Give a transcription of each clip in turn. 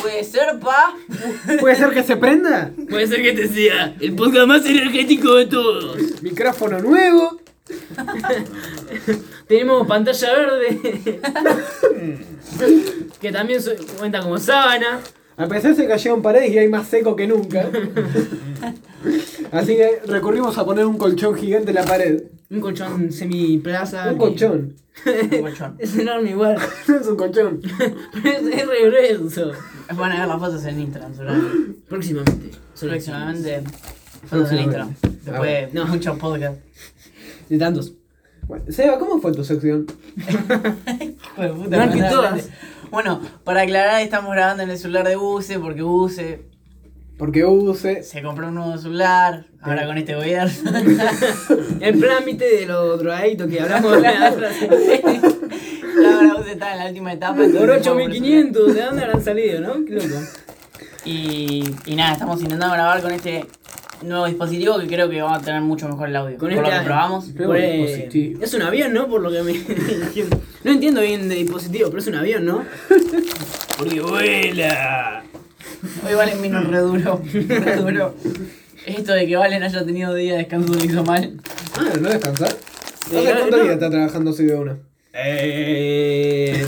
Puede ser, pa. Puede ser que se prenda. Puede ser que este sea el podcast más energético de todos. Micrófono nuevo. Tenemos pantalla verde. que también su- cuenta como sábana. A pesar se cayeron paredes y hay más seco que nunca. Así que recurrimos a poner un colchón gigante en la pared. Un colchón semi plaza. Un colchón. Un colchón. Es enorme igual. Es un colchón. Pero es, es re grueso. Van a ver las fotos en Instagram, seguramente. Próximamente. Solo Próximamente. Fotos en Instagram. Después, bueno. no, muchos podcasts. De tantos. Bueno, Seba, ¿cómo fue tu sección? Hijo de puta, Marquen me mandaron- todas. Bueno, para aclarar, estamos grabando en el celular de Buse porque Buse Porque use. se compró un nuevo celular. Ahora con este gobierno. Ah, El plan, viste, de los drogaditos que hablamos la otra semana. Ahora Buse está en la última etapa. entonces Por se compró un celular. 8500, ¿de dónde habrán salido, no? Qué loco. Y, y nada, estamos intentando grabar con este nuevo dispositivo que creo que vamos a tener mucho mejor el audio. Con por este lo que probamos. Creo por, que eh, dispositivo. es un avión, ¿no? Por lo que me dijeron. No entiendo bien de dispositivo, pero es un avión, ¿no? Porque vuela. Hoy Valen vino re duro. Re duro. Esto de que Valen haya tenido día de descanso lo hizo mal. Ah, ¿no descansar? Eh, ¿Hace cuánto no. día está trabajando así de una? Eh,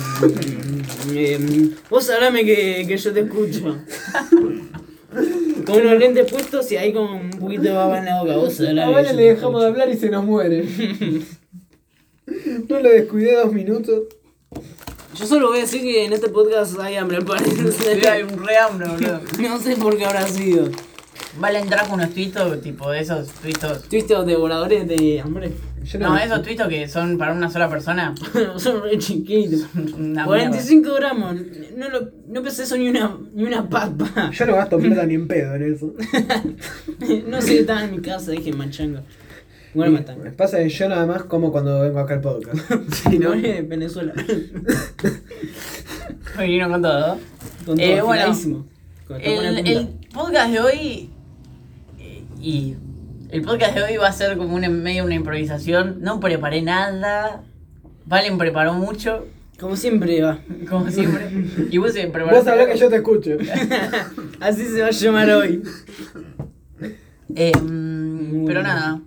em, vos hablame que, que yo te escucho. Con unos lentes puestos y ahí con un poquito de baba en la boca. Vos hablame. A Ah, que Vale yo le te dejamos de escucho. hablar y se nos muere. No lo descuidé dos minutos. Yo solo voy a decir que en este podcast hay hambre, al parecer. Hay un re hambre, boludo. No sé por qué habrá sido. Valen trajo unos tuitos, tipo de esos tuitos. Tuviste los devoradores de hambre. Yo No, esos tuitos que son para una sola persona. Son re chiquitos. Una 45 gramos. No, lo, no pesé eso ni una, ni una papa. Yo no gasto plata ni en pedo en eso. no sé, estaba en mi casa, dije machango. Bueno, matan. Pasa que yo nada más como cuando vengo acá al podcast. Si no, es Venezuela. mierda. Vino con todo. Con todo Eh, bueno. afiladísimo. Con todo buena El, Pues punta. el podcast de hoy. eh, Y. El podcast de hoy va a ser como una, medio una improvisación. No preparé nada. Valen preparó mucho, Como siempre va. como siempre. Y vos se preparó. Vos hablá que yo te escucho. Así se va a llamar hoy. Eh, mm, Muy pero bien. nada.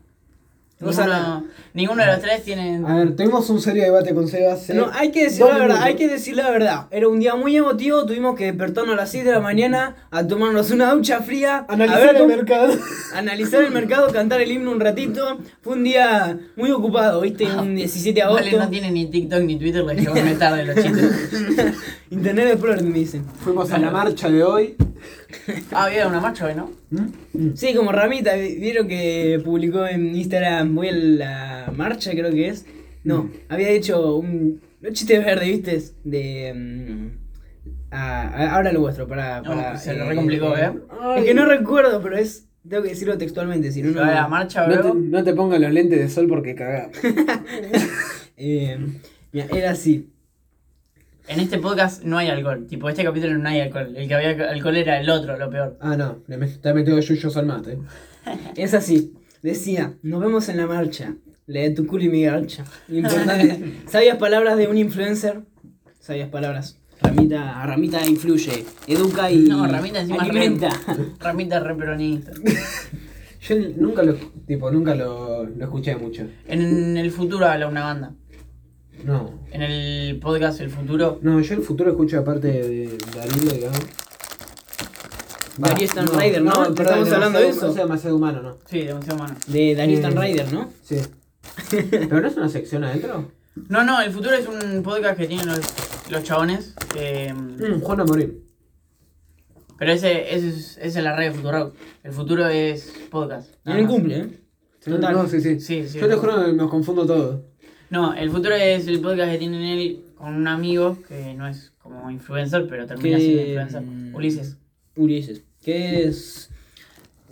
Vos Ninguno, habla. ninguno de los tres tienen. A ver, tuvimos un serio debate con ¿eh? Seba hace No, hay que decir dos la verdad, minutos. hay que decir la verdad. Era un día muy emotivo, tuvimos que despertarnos a las 6 de la mañana a tomarnos una ducha fría, a Analizar ver el cómo- mercado. analizar el mercado, cantar el himno un ratito. Fue un día muy ocupado, ¿viste? Un 17 de agosto. Valen no tiene ni TikTok ni Twitter, lo dejé muy tarde los chistes. Internet Explorer me dicen. Fuimos a la marcha de hoy. Ah, había una marcha hoy, ¿no? ¿Mm? Sí, como Ramita, vi- vieron que publicó en Instagram, voy a la marcha, creo que es. No, Mm. había hecho un, un chiste verde, ¿viste? De. mm, a- a- ahora lo vuestro, para. No, para, se lo recomplicó, ¿eh? Es que no recuerdo, pero es. Tengo que decirlo textualmente, si no, no. Fue a la marcha, No te, bro. no te pongas los lentes de sol porque cagás. Eh, mira, era así. En este podcast no hay alcohol. Tipo, este capítulo no hay alcohol. El que había alcohol era el otro, lo peor. Ah, no, le met- te ha metido yuyos al mate. Es así. Decía, nos vemos en la marcha. La de tu culo y mi garcha. Importante. Sabias palabras de un influencer. Sabias palabras. Ramita, Ramita influye, educa y No, Ramita encima es re- alimenta. Ramita re peronista. Yo n- nunca lo, tipo, nunca lo, lo escuché mucho. En el futuro habla una banda. No. En el podcast El Futuro. No, yo el futuro escucho aparte de Darío, digamos. Va, Darío Stan Rider, ¿no? perdón, Estamos hablando de demasiado- eso. Es demasiado humano, ¿no? Sí, de Museo Humano. De Darío Eh. Stan Rider, ¿no? Sí. ¿Pero no es una sección adentro? No, no, El Futuro es un podcast que tienen los, los chabones. eh, Mm, Juan a morir. pero ese, ese es, ese es la red de Futurock. El futuro es podcast. En nada el más. cumple, ¿eh? Total. No, sí, sí. Sí, sí. Yo te juro que nos confundo todo. No, el futuro es el podcast que tiene él con un amigo que no es como influencer, pero termina Que- mm. siendo influencer. Ulises. Ulises. Que es.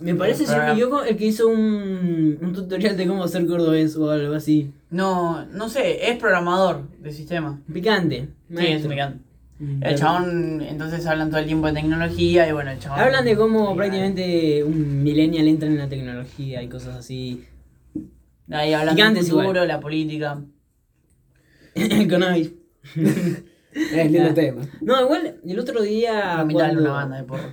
Me parece, si no me equivoco, el que hizo un, un tutorial de cómo hacer cordobés o algo así. No, no sé, es programador de sistema. Picante. Sí, es maestro. mecánico. Mm, El chabón, entonces hablan todo el tiempo de tecnología y bueno, el chabón. Hablan de cómo y prácticamente un millennial entra en la tecnología y cosas así. Ahí hablan del Gigantes futuro, igual. la política. El cannabis. Es lindo Ah. tema. No, igual, el otro día. Mirá, Ah, cuando- una banda de porro.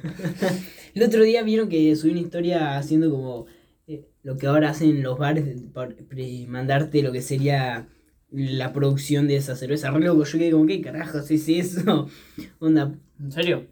El otro día vieron que subí una historia haciendo como eh, lo que ahora hacen los bares de- para pre- mandarte lo que sería la producción de esa cerveza. Re loco, yo quedé como, ¿qué carajos es eso? Onda, ¿En serio?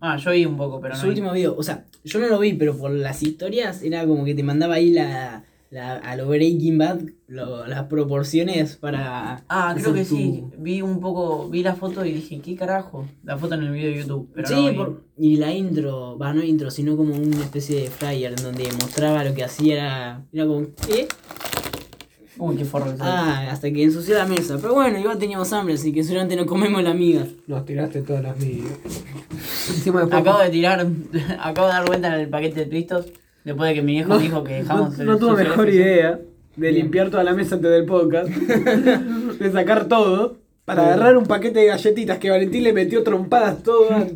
Ah, yo vi un poco, pero no. su vi. último video, o sea, yo no lo vi, pero por las historias era como que te mandaba ahí la, la- a lo Breaking Bad lo- las proporciones para... Ah, creo hacer que tu- sí. Vi un poco, vi la foto y dije, ¿qué carajo? La foto en el video de YouTube. Pero sí, no eh. vi. por- y la intro, va, no intro, sino como una especie de flyer en donde mostraba lo que hacía, era, era como, ¿qué? Uy, qué forro que soy. Ah, hasta que ensució la mesa. Pero bueno, igual teníamos hambre, así que seguramente no comemos la miga. Nos tiraste todas las mías. Encima después- Acabo de tirar, acabo de dar vuelta en el paquete de twistos después de que mi viejo dijo que dejamos. No, el no tuve sucio mejor ese. idea de Bien. limpiar toda la mesa antes del podcast, de sacar todo, para agarrar un paquete de galletitas que Valentín le metió trompadas todas.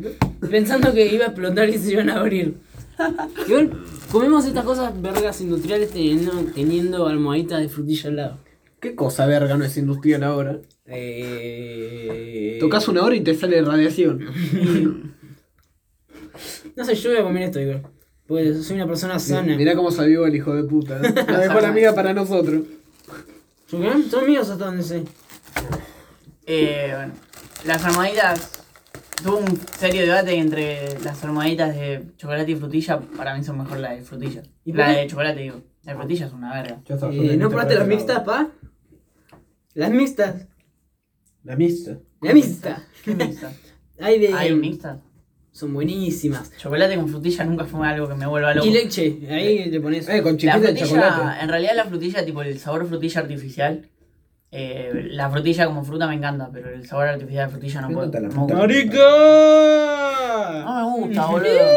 Pensando que iba a explotar y se iban a abrir. Igual, comemos estas cosas vergas industriales teniendo, teniendo almohaditas de frutilla al lado. ¿Qué cosa verga no es industrial ahora? Eh... Tocas una hora y te sale radiación. No sé, yo voy a comer esto igual. Porque soy una persona sana. Mirá cómo se avivó el hijo de puta. ¿eh? La mejor amiga para nosotros. ¿Yo qué? Son míos hasta donde sé. Eh, bueno, las armaditas. Tuve un serio debate entre las armaditas de chocolate y frutilla. Para mí son mejor las de frutilla. ¿Y por la qué? de chocolate, digo. La de frutilla es una verga. Eh, ¿No probaste las mixtas, pa? Las mixtas. La mixta. La mixta. ¿Qué mixta? Hay de. ¿Hay mixta? Son buenísimas. Chocolate con frutilla nunca fue algo que me vuelva loco. Y leche. Ahí le pones. Eh, con La chiquita de chocolate. frutilla, en realidad la frutilla, tipo el sabor frutilla artificial. eh, la frutilla como fruta me encanta, pero el sabor artificial de frutilla no Me puedo. encanta la no fruta. puedo. ¡Marica! No me gusta, boludo.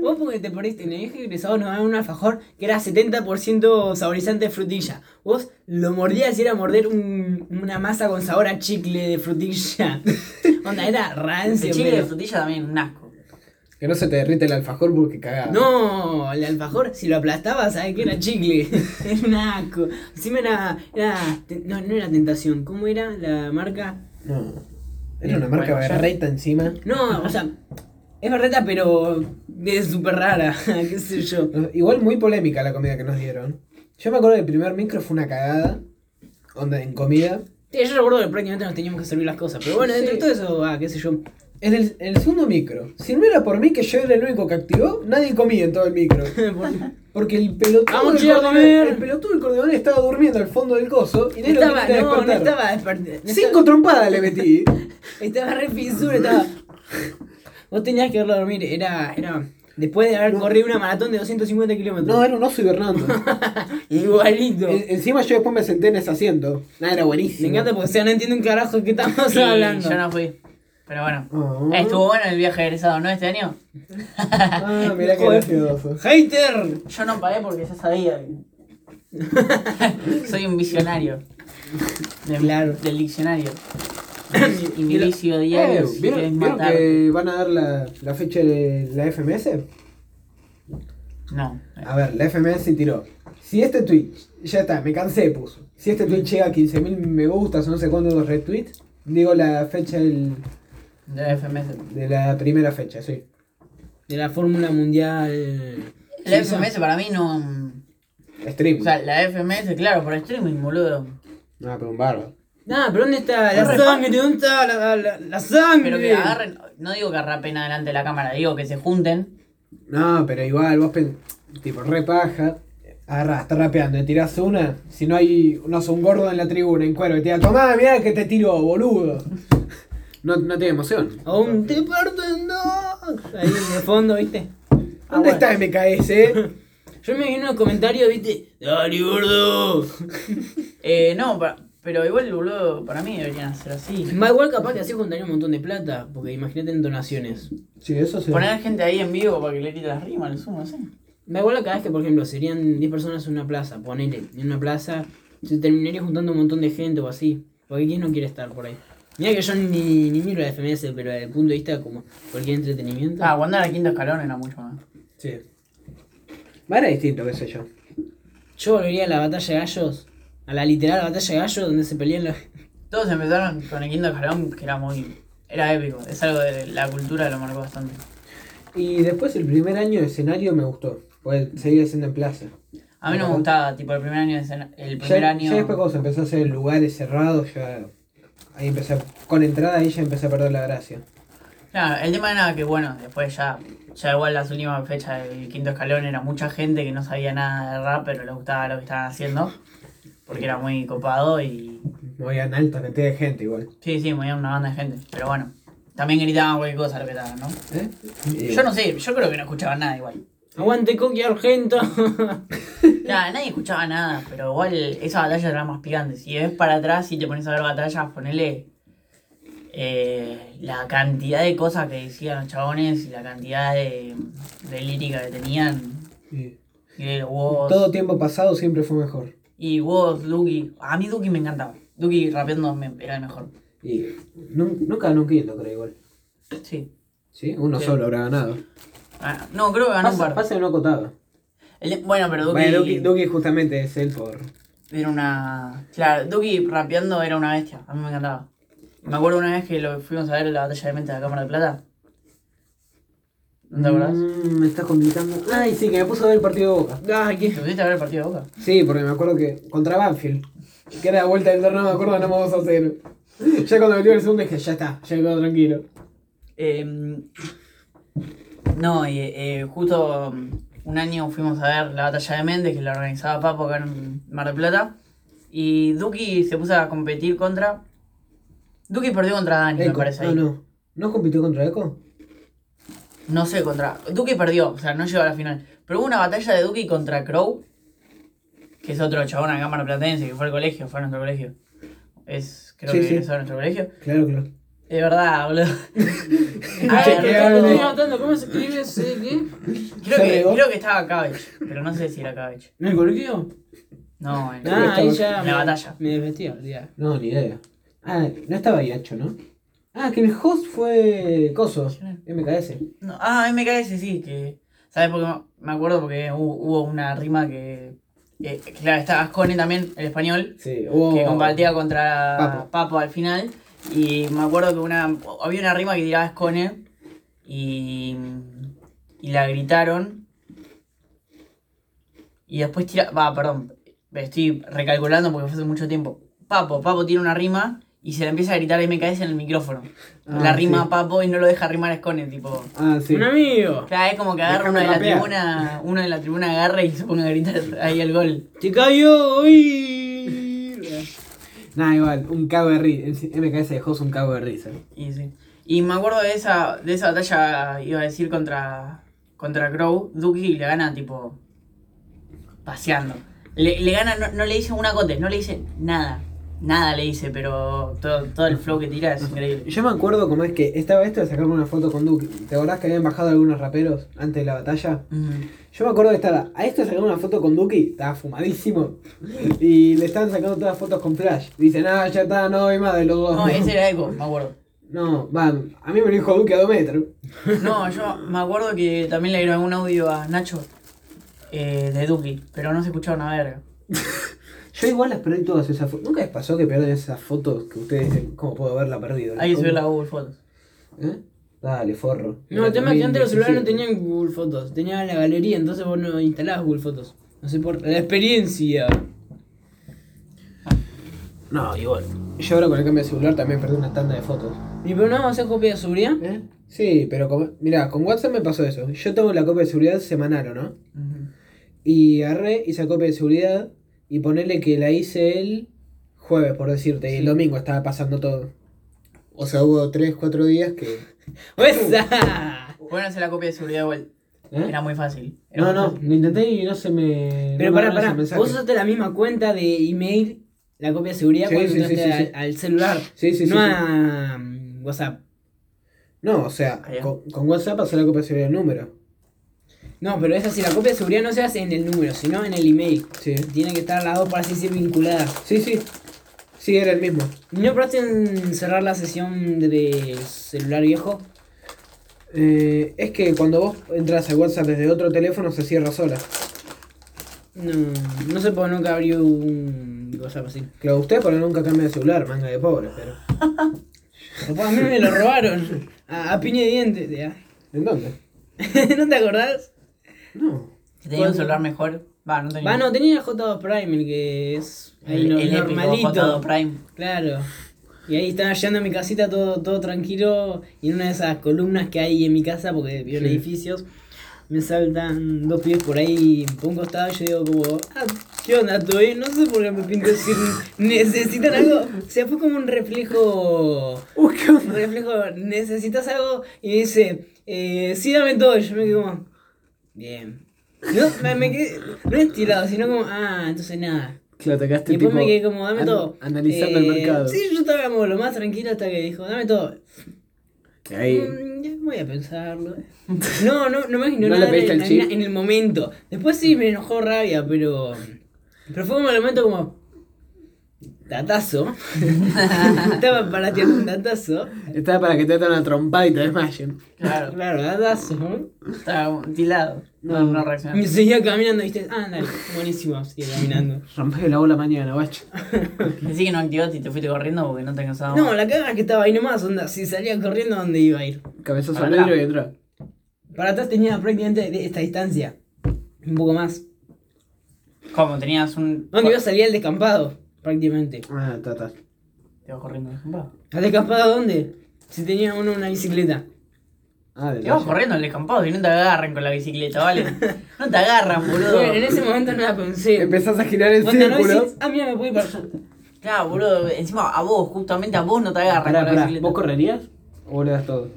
Vos porque te poniste en el eje egresado nos daban un alfajor que era 70% saborizante de frutilla. Vos lo mordías y era morder un- una masa con sabor a chicle de frutilla. Onda, era rancio. El chile de pero- frutilla también, un asco. Que no se te derrite el alfajor porque cagada. No, el alfajor, si lo aplastabas, sabes que era chicle. era un asco. Encima era. era te- no, no era tentación. ¿Cómo era la marca? No. Era una Eh, marca bueno, ya- berreta encima. No, o sea, es barreta, pero es súper rara, qué sé yo. Igual muy polémica la comida que nos dieron. Yo me acuerdo que el primer micro fue una cagada. Onda, en comida. Sí, yo recuerdo que prácticamente nos teníamos que servir las cosas, pero bueno, dentro Sí. de todo eso, ah, qué sé yo. En el, en el segundo micro. Si no era por mí que yo era el único que activó, nadie comía en todo el micro. Porque el pelotudo. Vamos, del che, a coordinador- comer. El pelotudo del coordinador estaba durmiendo al fondo del coso y No nadie lo estaba, quería no, no despertar. estaba despertando. Cinco trompadas le metí. Estaba re fisura, estaba. Vos tenías que verlo dormir, era. era después de haber No. corrido una maratón de 250 No, kilómetros. era un oso hibernando. Igualito. En- encima yo después me senté en ese asiento. Ah, Eh, era Me buenísimo. encanta porque, o sea, no entiendo un carajo de qué estamos Sí, hablando. yo no fui. Pero bueno. Oh. Ah, Estuvo bueno el viaje egresado, ¿no? Este año. Ah, mirá qué Joder. gracioso. ¡Hater! Yo no pagué porque ya sabía. que- Soy un visionario. Del- Claro. Del diccionario. Y mi Mira, vicio Eh, diario sí ¿vieron, es vieron matar. que van a dar la, la fecha de la FMS? No. A ver, la FMS tiró. Si este tweet, ya está, me cansé, puso. Si este tweet llega a 15.000 me gustas o no sé cuántos retweets, digo la fecha del- De la FMS. de la primera fecha, sí. De la Fórmula Mundial. La Suiza. FMS para mí no. Stream. O sea, la FMS, claro, por streaming, boludo. no, pero un barro. Nah, pero ¿dónde está la Corre. sangre? ¿Dónde está la, la, la sangre? Pero que agarren. No digo que rapen adelante la cámara, digo que se junten. No, pero igual, vos pen... tipo, re paja. Agarrás, está rapeando, y tirás una. Si no hay, no sé, un gordo en la tribuna, en cuero, y te da, tomá, mirá que te tiró, boludo. No, no tiene emoción. Aún te parten dos. Ahí de fondo, ¿viste? Ah, ¿Dónde bueno. está MKS? eh? Yo me vi en los comentarios, ¿viste? Dale, gordo. Eh, no, pa- pero igual, boludo, para mí deberían hacer así. Va igual capaz que así juntaría un montón de plata. Porque imagínate en donaciones. Sí, eso se. Poner gente ahí en vivo para que le quite las rimas, le sumo, no sé. Va igual cada vez que, por ejemplo, serían 10 personas en una plaza. Ponele, en una plaza. Se terminaría juntando un montón de gente o así. Porque quién no quiere estar por ahí. Mira que yo ni, ni miro la FMS, pero desde el punto de vista como cualquier entretenimiento. Ah, cuando era quinto escalón era mucho más. Sí. Era distinto, qué sé yo. Yo volvería a la batalla de gallos, a la literal batalla de gallos donde se pelean los... Todos empezaron con el quinto escalón, que era muy. Era épico. Es algo de la cultura, lo marcó bastante. Y después el primer año de escenario me gustó. Pues seguía siendo en plaza. A mí no me gustaba, tipo, el primer año. de escena- El Ya, primer año. ya después cuando se empezó a hacer en lugares cerrados, ya ahí empecé, a- con entrada ahí ya empecé a perder la gracia. Claro, el tema era que, bueno, después ya, ya igual las últimas fechas del quinto escalón era mucha gente que no sabía nada de rap, pero le gustaba lo que estaban haciendo, porque era muy copado y... Me voy a alta cantidad de gente igual. Sí, sí, movían una banda de gente, pero bueno, también gritaban cualquier cosa lo que estaban, ¿no? ¿Eh? Yo no sé, yo creo que no escuchaban nada igual. Aguante Coqui Argento. Ya, nadie escuchaba nada, pero igual esas batallas eran más picantes. Si ves para atrás y te pones a ver batallas, ponele eh, la cantidad de cosas que decían los chabones y la cantidad de, de lírica que tenían. Sí. Y vos, Todo tiempo pasado siempre fue mejor. y vos, Duki. A mí Duki me encantaba. Duki rapeando me- era el mejor. Y nun- nunca ganó un quinto, creo igual. Sí. ¿Sí? Uno Sí. solo habrá ganado. Ah, No, creo que ganó un Pasa, par. pasa que no acotaba. El de- bueno, pero Duki, Bueno, Duki, Duki justamente es él por. era una. Claro, Duki rapeando era una bestia. A mí me encantaba. Me acuerdo una vez que lo fuimos a ver en la batalla de mentes de Cámara de Plata. ¿No te acordás? Mm, me estás complicando. Ay, sí, que me puso a ver el partido de Boca. Ah, ¿Te qué- pusiste a ver el partido de Boca? Sí, porque me acuerdo que contra Banfield, que era la vuelta del torneo, me acuerdo, ganamos 2 a 0. Ya cuando metió el segundo dije, ya está, ya quedó tranquilo. Eh, no, y eh, justo mm, un año fuimos a ver la batalla de Méndez que la organizaba Papo acá en Mar del Plata. Y Duki se puso a competir contra. Duki perdió contra Dani, me Eco, parece. Eh, no, ahí. no. ¿No compitió contra Eco? No sé, contra. Duki perdió, o sea, no llegó a la final. Pero hubo una batalla de Duki contra Crow, que es otro chabón acá marplatense, que fue al colegio, fue a nuestro colegio. Es, creo Sí, que sí. es a nuestro colegio. Claro, claro. Es verdad, boludo. Ah, A ver, que- Chequeable. estoy anotando, ¿Cómo se escribe ese qué? Creo ¿Se que, regó? creo que estaba Cabbage, pero no sé si era Cabbage. ¿En el colegio? No, en- Ah, Nada, ahí ya. En me- la batalla. Me desvestía, ya. No, ni idea. Ah, no estaba Iacho, ¿no? Ah, que el host fue Coso, MKS. no. Ah, MKS sí, que. ¿Sabes por qué me- me acuerdo? Porque hu- hubo una rima que. que, claro, estaba Ascone también, el español, Sí, oh. que compartía combatía contra Papo. Uh, Papo. al final. Y me acuerdo que una. Había una rima que tiraba Ascone y. y la gritaron. Y después tira. Va, perdón. Estoy recalculando porque fue hace mucho tiempo. Papo, Papo tira una rima y se le empieza a gritar MKS en el micrófono. Ah, la rima sí. Papo y no lo deja rimar a Ascone, tipo. Ah, sí. Un amigo. Claro, es como que agarra uno Déjame de la rapear. tribuna, uno de la tribuna agarra y se pone a gritar ahí el gol. Te cayó, oí. Nada, igual, un cago de risa. MKS de host un cago de risa. Y, sí. y me acuerdo de esa, de esa batalla, iba a decir, contra, contra Crow. Duki le gana, tipo, paseando. Le, le gana, no, no le dice un acote, no le dice nada. Nada le dice, pero todo, todo el flow que tira es increíble. Yo me acuerdo como es que estaba esto de sacarme una foto con Duki. ¿Te acordás que habían bajado algunos raperos antes de la batalla? Mm. Yo me acuerdo que estaba a esto de sacarme una foto con Duki, estaba fumadísimo. Y le estaban sacando todas las fotos con Flash. Dicen, ah, ya está, no doy más de los dos. No, ese era Eco, me acuerdo. No, va, a mí me lo dijo Duki a dos metros. No, yo me acuerdo que también le grabé un audio a Nacho eh, de Duki, pero no se escuchaba una verga. Yo igual las perdí todas esas fotos. ¿Nunca les pasó que pierden esas fotos que ustedes dicen, cómo puedo haberla perdido? Hay que ¿Cómo? subirla a Google Fotos. ¿Eh? Dale, forro. No, el tema es que antes 2017. los celulares no tenían Google Fotos, tenían la galería, entonces vos no instalabas Google Fotos. No sé por la experiencia. No, igual. Yo ahora con el cambio de celular también perdí una tanda de fotos. ¿Y pero no vamos a hacer copia de seguridad? ¿Eh? Sí, pero con, mira, con WhatsApp me pasó eso. Yo tengo la copia de seguridad semanal, ¿o no? Ujú. Y agarré, hice la copia de seguridad y ponerle que la hice el jueves, por decirte, y el domingo estaba pasando todo. O sea, hubo 3, 4 días que... ¿eh? Pues, ¡Esa! Pueden hacer la copia de seguridad de vuelta. ¿Eh? Era muy fácil. Era No, muy no, fácil. lo intenté y no se me... Pero no me pará, agarró ese pará, mensaje. vos usaste la misma cuenta de email, la copia de seguridad, Sí, cuando sí, sí, entraste sí, sí. al, al celular, Sí, sí, sí. no sí. a mm, WhatsApp. No, o sea, Ah, ya. con, con WhatsApp hacer la copia de seguridad del número. No, pero esa si la copia de seguridad no se hace en el número, sino en el email. Sí. Tienen que estar las dos para así ser vinculadas. Sí, sí. Sí, era el mismo. ¿Y ¿No probaste en cerrar la sesión de- de celular viejo? Eh, es que cuando vos entras a WhatsApp desde otro teléfono se cierra sola. No, no sé por qué nunca abrí un chicos, algo así. Claro, usted por nunca cambia de celular, manga de pobre, pero. Papá, pues, a mí me lo robaron. A, a piña de dientes, ya. ¿En dónde? ¿No te acordás? No. Que tenía un celular mejor. Va, no tenía. Va, no, tenía el J2 Prime, el que es ahí el, no- el épico normalito. J2 Prime. Claro. Y ahí estaba llegando a mi casita todo, todo tranquilo. Y en una de esas columnas que hay en mi casa, porque vivo en Sí. edificios, me saltan dos pibes por ahí por un costado. Y yo digo, como, ah, ¿qué onda, tú, eh? No sé por qué me pinto decir, ¿necesitan algo? O sea, fue como un reflejo. Uy, qué Un reflejo, ¿necesitas algo? Y me dice, eh, sí, dame todo. Y yo me quedo como, bien. No, me, me quedé, no estirado, sino como, ah, entonces nada. Claro, te quedaste Y después Este tipo me quedé como, dame an- todo. Analizando el Eh, mercado. Sí, yo estaba como lo más tranquilo hasta que dijo, dame todo. Ahí. Mm, ya voy a pensarlo. No, no, no me imagino ¿No le nada pediste el en, en- chip? en el momento. Después sí me enojó rabia, pero. Pero fue como el momento como. Tatazo. Estaba para tirar un tatazo. Estaba para que te den una trompada y te desmayen. Claro, Claro, tatazo. estaba tilado. No, no reaccionaba. Y seguía caminando, viste. Ah, dale, buenísimo, seguía caminando. Rompé la bola mañana, guacho. Decí que no activaste y te fuiste corriendo porque no te cansaba. No, la caga es que estaba ahí nomás, onda. Si salía corriendo, ¿a ¿dónde iba a ir? Cabezazo Para al vidrio acá. y entró. Para atrás tenía prácticamente de esta distancia. Un poco más. ¿Cómo? Tenías un. ¿Dónde iba a salir al descampado? Prácticamente. Ah, tata. Te ibas corriendo descampado. ¿Al descampado dónde? Si tenía uno una bicicleta. Ah, de Te vas la- corriendo al descampado y no te agarran con la bicicleta, ¿vale? No te agarran, boludo. Bueno, en ese momento no la pensé. Empezás a girar en Onda, no círculo. decís, ah, mira, me puedo ir para allá. Claro, boludo. Encima a vos, justamente a vos no te agarran Pará, con la pará. bicicleta. ¿Vos correrías o le das todo?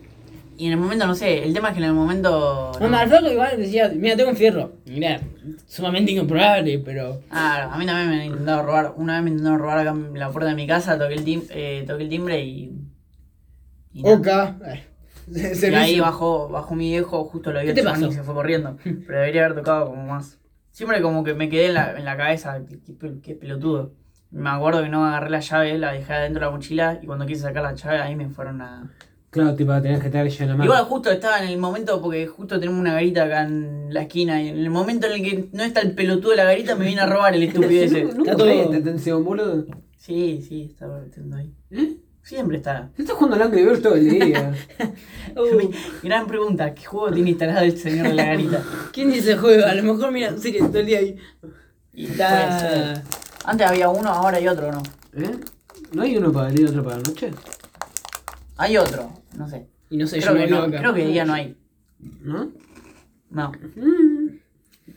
Y en el momento, no sé. El tema es que en el momento. no. Onda, el flaco igual decía, mira, tengo un fierro. Mira, sumamente incomprobable, pero. Ah, a mí también me han intentado robar. Una vez me intentaron robar acá en la puerta de mi casa, toqué el, tim- eh, toqué el timbre y. y nada. Oca. Ay, se- Y ahí servicio. bajó, bajó mi viejo, justo lo vio ¿Qué te el chabón y pasó? se fue corriendo. Pero debería haber tocado como más. Siempre como que me quedé en la, en la cabeza, qué, qué pel- qué pelotudo. Me acuerdo que no agarré la llave, la dejé adentro de la mochila y cuando quise sacar la llave ahí me fueron a... Claro, tipo, la tenías que tener llena de mano. Igual justo estaba en el momento, porque justo tenemos una garita acá en la esquina y en el momento en el que no está el pelotudo de la garita me viene a robar el estúpido ese. Nunca Está todo- presta atención, boludo. Sí, sí, estaba metiendo ahí. Siempre está. Estás ¿Eh? jugando al Angry Birds todo el día. Uh, Gran pregunta, ¿qué juego tiene instalado el señor de la garita? ¿Quién dice juego? A lo mejor, mira, serie todo el día ahí. Y puede ser. Está. Antes había uno, ahora hay otro, ¿no? ¿Eh? ¿No hay uno para el día y otro para la noche? Hay otro, no sé. Y no sé, Creo yo que, no, acá. creo que ya no hay. ¿No? No. Mm.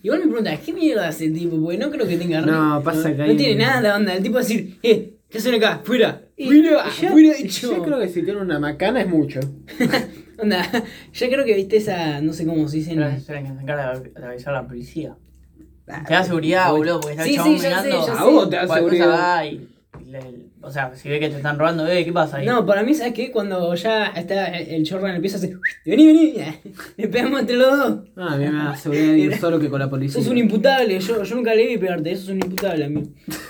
Igual me pregunta, ¿qué mierda hace el tipo? Porque no creo que tenga No, pasa que No, hay- tiene nada la onda. El tipo va a decir, eh, ¿qué hacen acá? Fuera, fuera, Ya, fuera. Y ya yo, creo que si tiene una macana es mucho. onda, ya creo que viste esa, no sé cómo se dice. Creo ¿no? que se tienen que encargar de avisar a la policía. Te da seguridad, Ay, boludo, porque está Sí, el chabón sí, ya sé, mirando. ya A vos te da Cualquier cosa seguridad. va y- y le- o sea, si ve que te están robando, eh, ¿qué pasa ahí? No, para mí, ¿sabes qué? Cuando ya está el chorro en el piso, hace, vení, vení, le pegamos entre los dos. Ah, a mí me da seguridad ir solo que con la policía. Sos un imputable, yo, yo nunca le vi pegarte, sos un imputable a mí.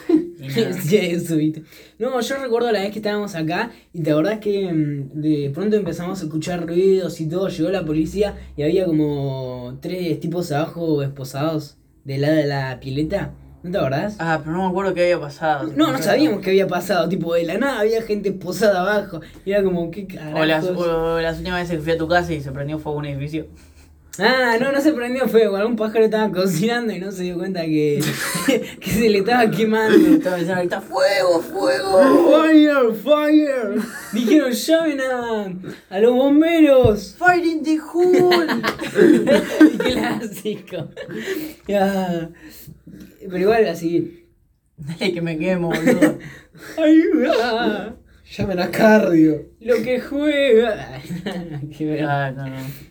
Y nada. Sí, eso, viste. No, yo recuerdo la vez que estábamos acá y te acordás que mm, de pronto empezamos a escuchar ruidos y todo, llegó la policía y había como tres tipos abajo esposados del lado de la pileta. ¿No te acordás? Ah, pero no me acuerdo qué había pasado. No, no sabíamos qué había pasado, tipo de la nada había gente posada abajo. Y era como, ¿qué O las, carajo? o las últimas veces que fui a tu casa y se prendió fuego un edificio. Ah, no, no se prendió fuego, algún pájaro estaba cocinando y no se dio cuenta que, que se le estaba quemando. Estaba pensando ahorita, ¡fuego, fuego! Fire, fire. Dijeron llamen a, a los bomberos. ¡Fire in the hole! Clásico. Ya. Pero igual así. Dale que me quemo, boludo. Ayuda. Llamen a cardio. ah, Lo que juega. Qué verdad. Ah, no, no.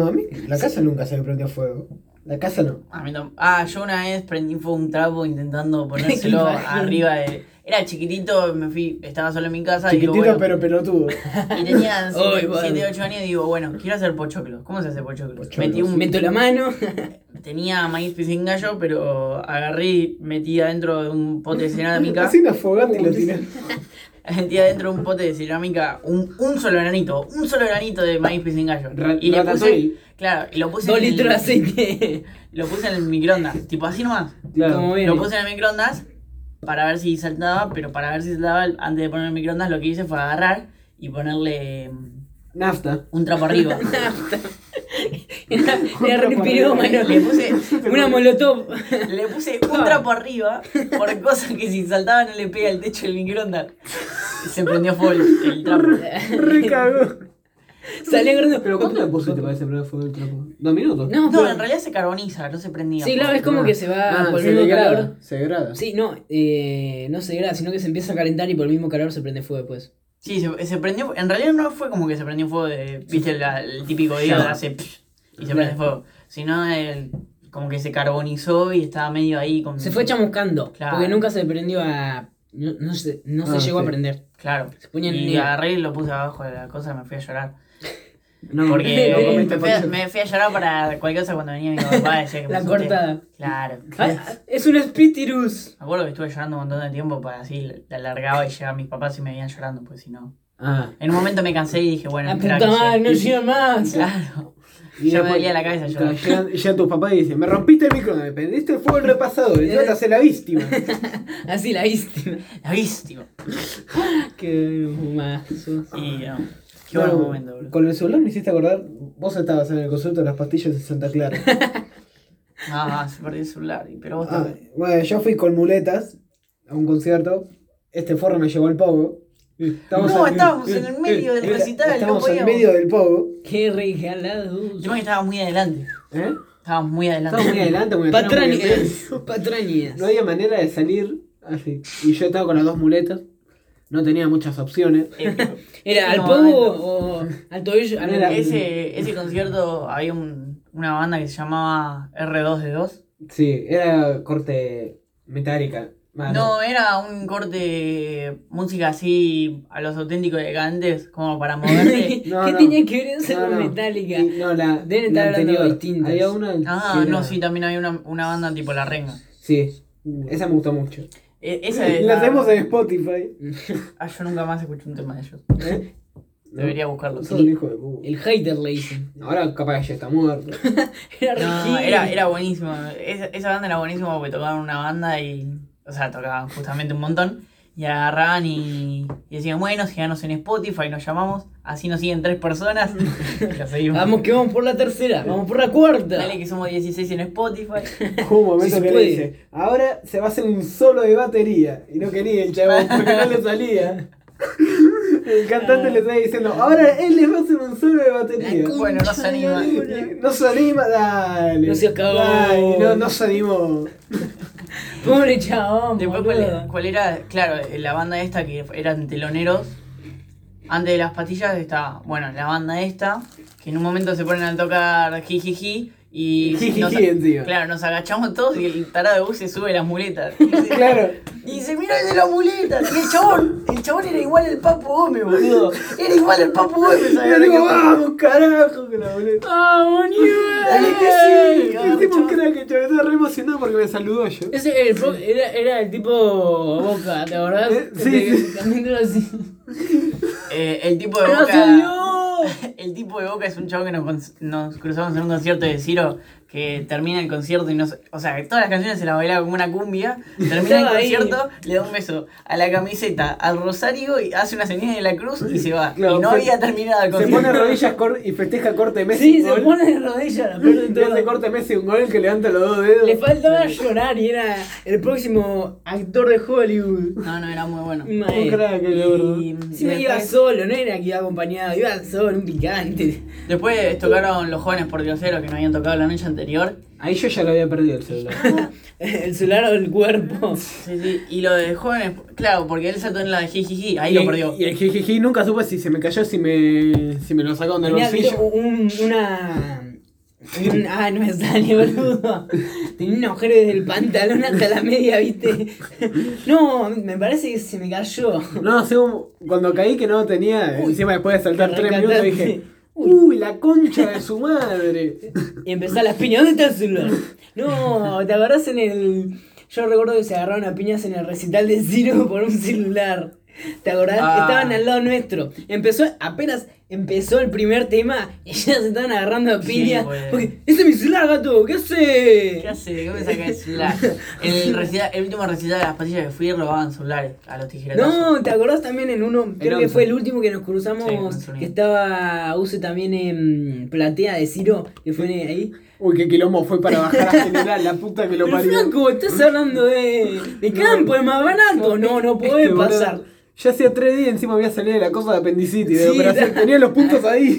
No, a mí la casa nunca se me prendió fuego. La casa no. A mí tam- Ah, yo una vez prendí fuego un trapo intentando ponérselo Qué imagen. arriba de. Era chiquitito, me fui, estaba solo en mi casa y digo, Chiquitito bueno, pero pelotudo. y tenía Ay, 7, bueno. 8 años y digo, bueno, quiero hacer pochoclos. ¿Cómo se hace pochoclos? Pochoclos. Metí un Meto la mano. tenía maíz gallo, pero agarré, y metí adentro de un pote de cerámica, Así una fogata y lo tirás. metí adentro de un pote de cerámica un, un solo granito, un solo granito de maíz gallo. Ra- Y le puse, ratatouille. claro, y lo puse Dos en litros de el, aceite. lo puse en el microondas, tipo así nomás. Claro. Como Lo viene. puse en el microondas para ver si saltaba, pero para ver si saltaba, antes de poner el microondas, lo que hice fue agarrar y ponerle mm, Nafta. un trapo arriba. Era, era re pirómano, le puse una molotov. Le puse un trapo arriba por cosas que si saltaba no le pega el techo del microondas. Se prendió fuego el, el trapo. Recagó. Salía grande. ¿Pero cuánto le pusiste para ese primer fuego el trapo? ¿Dos minutos? No, No, pero- en realidad se carboniza, no se prendía. Sí, claro, es como que se va Ah, por se el mismo degrada. calor. Se degrada. Sí, no, eh, no se degrada, sino que se empieza a calentar y por el mismo calor se prende fuego después. Sí, se, se prendió. En realidad no fue como que se prendió fuego de. ¿Viste la- el típico día Llama. hace. psh, y se prende fuego. Sino el- como que se carbonizó y estaba medio ahí. Con, Se fue chamuscando, Claro. porque nunca se prendió a. No, no se, no se Ah, llegó sí. a prender. Claro. Se ponía en y negro. agarré y lo puse abajo de la cosa y me fui a llorar. No, Porque no me, comiste fui a, por- me fui a llorar para cualquier cosa cuando venía mi papá. Decía que me La asusté. cortada. Claro. Ah, es un Spitirus. Me acuerdo que estuve llorando un montón de tiempo para así la alargaba y llegaban mis papás y me veían llorando, pues si no. Ah. En un momento me cansé y dije, bueno, La espera puta que madre, no llegue. llega más. Claro. Ya me después- dolía la cabeza yo. Llegan, llegan tus papás y dicen, me rompiste el micro, me prendiste el fuego el repasador, y yo te hacer la víctima. Así la viste. La víctima. Qué fumazo. Y no. Qué buen No, momento, bro. Con el celular me hiciste acordar, vos estabas en el consulto de las pastillas de Santa Clara. Ah, se perdió el celular. y- Pero vos Ah, también. bueno, yo fui con muletas a un concierto, este forro me llevó al pogo. Estábamos No, al- estábamos en el medio del recital, no Estábamos en podíamos. medio del pogo. Qué regalado. El tema es que estábamos muy adelante. ¿Eh? Estábamos muy adelante. Estábamos muy adelante, muy atrás, muy Patrañas. atrás. Patrañas. No había manera de salir así. Y yo estaba con las dos muletas, no tenía muchas opciones. Eh, Era al No, pogo o al tobillo. al- Era- ese, ese concierto había un- una banda que se llamaba R2D2. Sí, era corte metálica. Ah, No, era un corte música así a los auténticos elegantes, como para moverte. ¿Qué No, no. tenía que ver eso No, con no. Metallica? Y- no, la, Deben la estar hablando anterior. distintas. Había una. Ah, que no, era- sí, también había una, una banda tipo La Renga. Sí, esa me gustó mucho. E- esa es la la- hacemos en Spotify. Ah, yo nunca más escuché un tema de ellos. ¿Eh? No, Debería buscarlo. sos un hijo de puta. El hater le dicen. Ahora capaz que ya está muerto. Era No, Regil. era, era buenísimo. Esa, esa banda era buenísima porque tocaban una banda y. O sea, tocaban justamente un montón. Y agarraban y, y decían, bueno, síganos en Spotify, nos llamamos. Así nos siguen tres personas. Y la seguimos. Vamos que vamos por la tercera, vamos por la cuarta. Dale que somos 16 en Spotify. Hubo un momento Sí se que le puede. dice, ahora se va a hacer un solo de batería. Y no quería el chabón, porque no le salía. El cantante le estaba diciendo, ahora él les va a hacer un solo de batería. cu- Bueno, no se anima. No se anima, dale. No se acabó. Dale, no, no se animó. Pobre chabón. Después, boludo. ¿cuál era? cuál era? Claro, la banda esta que eran teloneros. Antes de las patillas estaba, bueno, la banda esta, que en un momento se ponen a tocar jijiji y Jijiji nos- encima. claro, nos agachamos todos y el tarado de bus se sube las muletas. Claro. Y dice, mira el de las muletas, y el chabón, el chabón era igual al Papu Gómez, boludo. Era igual al Papu Gómez, Y yo ¿sabes? digo, "Ah". vamos, carajo, que la boleta. ¡Vamos, Dale Newell! que sí, Ay, que hicimos un chabón. crack, chabón. Estaba re emocionado porque me saludó yo. Ese era el, pro- era, era el tipo boca, ¿te acordás? Eh, sí, Que- sí. también era así. Eh, el tipo de ¡No boca. salió! El tipo de Boca es un chavo que nos, con- nos cruzamos en un concierto de Ciro que termina el concierto y no se- O sea, que todas las canciones se las bailaba como una cumbia. Termina el Estaba ahí. concierto, le da un beso a la camiseta, al rosario, y hace una señal de la cruz y se va. Claro, y no se- había terminado el Se concierto. pone rodillas cor- y festeja corte Messi. Sí, un se gol. pone de rodillas, la peor de Le hace todo. corte Messi un gol que levanta los dos dedos. Le faltaba llorar y era el próximo actor de Hollywood. No, no, era muy bueno. Un Mae. crack, la verdad. Y Si me iba después, solo, no era que iba acompañado, iba solo, un picante. después tocaron los jóvenes por dioseros que no habían tocado la noche anterior. Ahí yo ya lo había perdido el celular. El celular o el cuerpo. Sí, sí, Y lo de jóvenes, claro, porque él saltó en la de jijiji, ahí y, lo perdió. Y el jijiji nunca supe si se me cayó, si me, si me lo sacaron del Tenía viste, bolsillo. un, una. un- ah, no me sale, boludo. Tenía un agujero desde el pantalón hasta la media, viste. No, me parece que se me cayó. No, según cuando caí que no tenía, encima después de saltar Te tres minutos rescataste. dije, uy, la concha de su madre. Y empezó las piñas. ¿Dónde está el celular? No, te agarrás en el. Yo recuerdo que se agarraron a piñas en el recital de Ciro por un celular. ¿Te acordás? Ah. Estaban al lado nuestro. Empezó apenas. empezó el primer tema y ya se estaban agarrando a Sí, piña. güey. porque, ese es mi celular, gato, ¿qué hace? ¿Qué hace? ¿Qué me saca el celular? El, recita- el último recital de las pastillas que fui robaban celulares a los tijeretazos. No, ¿te acordás también en uno? Creo que once. fue el último que nos Sí, con cruzamos, sonido. que estaba Use también en Platea de Ciro, que fue ahí. Uy, qué quilombo fue para bajar a general, la puta que lo Pero parió. Franco, estás hablando de, de campo, es más barato. No, no Este, podés boludo, pasar. Ya hacía tres días encima había salido de la cosa de apendicitis, de Sí, operación. da- Tenía los puntos ahí.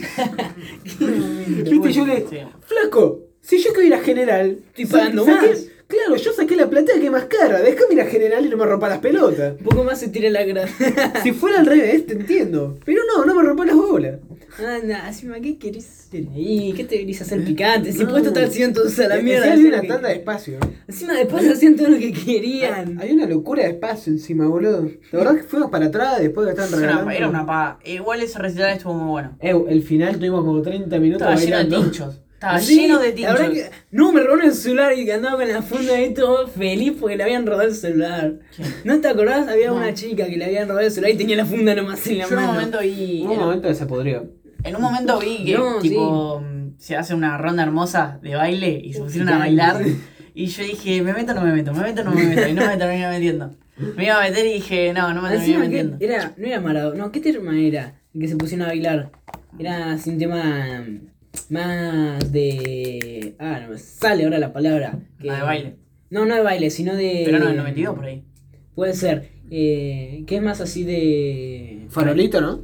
Viste, yo le. Sí. Flaco, si yo quiero ir a general. Estoy sa- pagando saqué- más". Claro, yo saqué la plata que más cara. Déjame ir a general y no me rompa las pelotas. Un poco más se tira la grasa. si fuera al revés, te entiendo. Pero no, no me rompa las bolas. Anda, Sima, Ah, ¿qué querés hacer ahí? ¿Qué te querés hacer picante? Si No. puesto estar haciendo entonces a la Eh, mierda. encima hacían había lo una que- tanda de espacio. Encima después hacían todo lo que querían. Hay una locura de espacio encima, boludo. La verdad que fuimos para atrás después de estar Es una- regalando. Era una paga. Igual ese recital estuvo muy bueno. Eh, el final tuvimos como 30 minutos Estaba lleno de bailando. tinchos. Estaba Sí, lleno de la verdad tinchos. que- no, me robaron el celular y que andaba con la funda y todo feliz porque le habían robado el celular. ¿Quién? ¿No te acordás? Había No. una chica que le habían robado el celular y tenía la funda nomás en la Yo en un mano. momento vi. Hubo un momento que se podrió. En un momento vi que No, tipo mm, se hace una ronda hermosa de baile y se pusieron a sí. bailar. Y yo dije, me meto o no me meto, me meto o no me meto. Y no me terminé metiendo. Me iba a meter y dije, no, no me terminé Encima que metiendo. era, no era Maradona, no, ¿qué tema era? El que se pusieron a bailar. Era así un tema mm, más de. Ah, no me sale ahora la palabra. que- No, Ah, de baile. No, no de baile, sino de. Pero no, del 92 por ahí. Puede ser. Eh, que es más así de. Farolito, ¿no?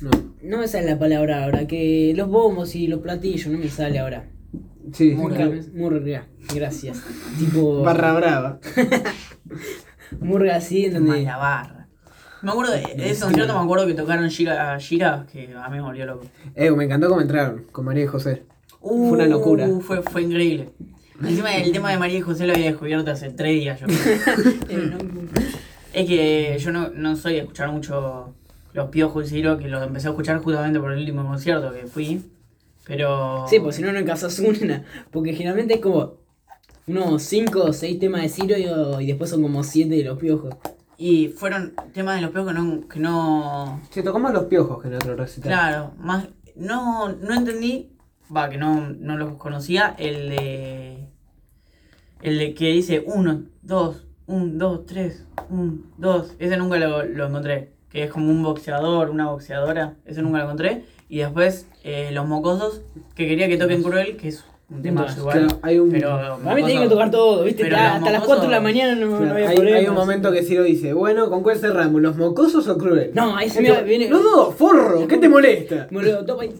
No. No me sale la palabra ahora, que los bombos y los platillos, no me sale ahora. Sí. Murga, murga, gracias. Tipo. Barra brava. Murga así, en Más donde. la barra. Me acuerdo de, de ese concierto, me acuerdo que tocaron Gira, Gira que a mí me volvió loco. Eh, me encantó cómo entraron con María y José. Uh, Fue una locura. Fue, fue increíble. Encima el tema de María y José lo había descubierto hace tres días yo. Eh, no- Es que yo no, no soy de escuchar mucho los piojos y Ciro, que los empecé a escuchar justamente por el último concierto que fui. Pero. Sí, pues si no, no encasas una. Porque generalmente es como unos 5 o 6 temas de Ciro y, y después son como 7 de los piojos. Y fueron temas de los piojos que no. Que no Se tocó más los piojos que en otro recital. claro, más. No, no entendí. Va, que no, no los conocía. El de. El de que dice 1, 2, 1, 2, 3, 1, 2. Ese nunca lo, lo encontré. Que es como un boxeador, una boxeadora. Ese nunca lo encontré. Y después eh, Los Mocosos, que quería que toquen Cruel, que es un tema Claro, igual. hay un- Pero, A mí Mocosos- tienen que tocar todo, ¿viste? Pero Ya los hasta las mocosos- 4 de la mañana no, Claro, no había hay, problemas. hay un momento que Ciro dice, bueno, ¿con cuál cerramos? ¿Los mocosos o cruel? No, ahí se Esto- me viene- Los dos, forro, ¿qué te molesta? Me lo topa y-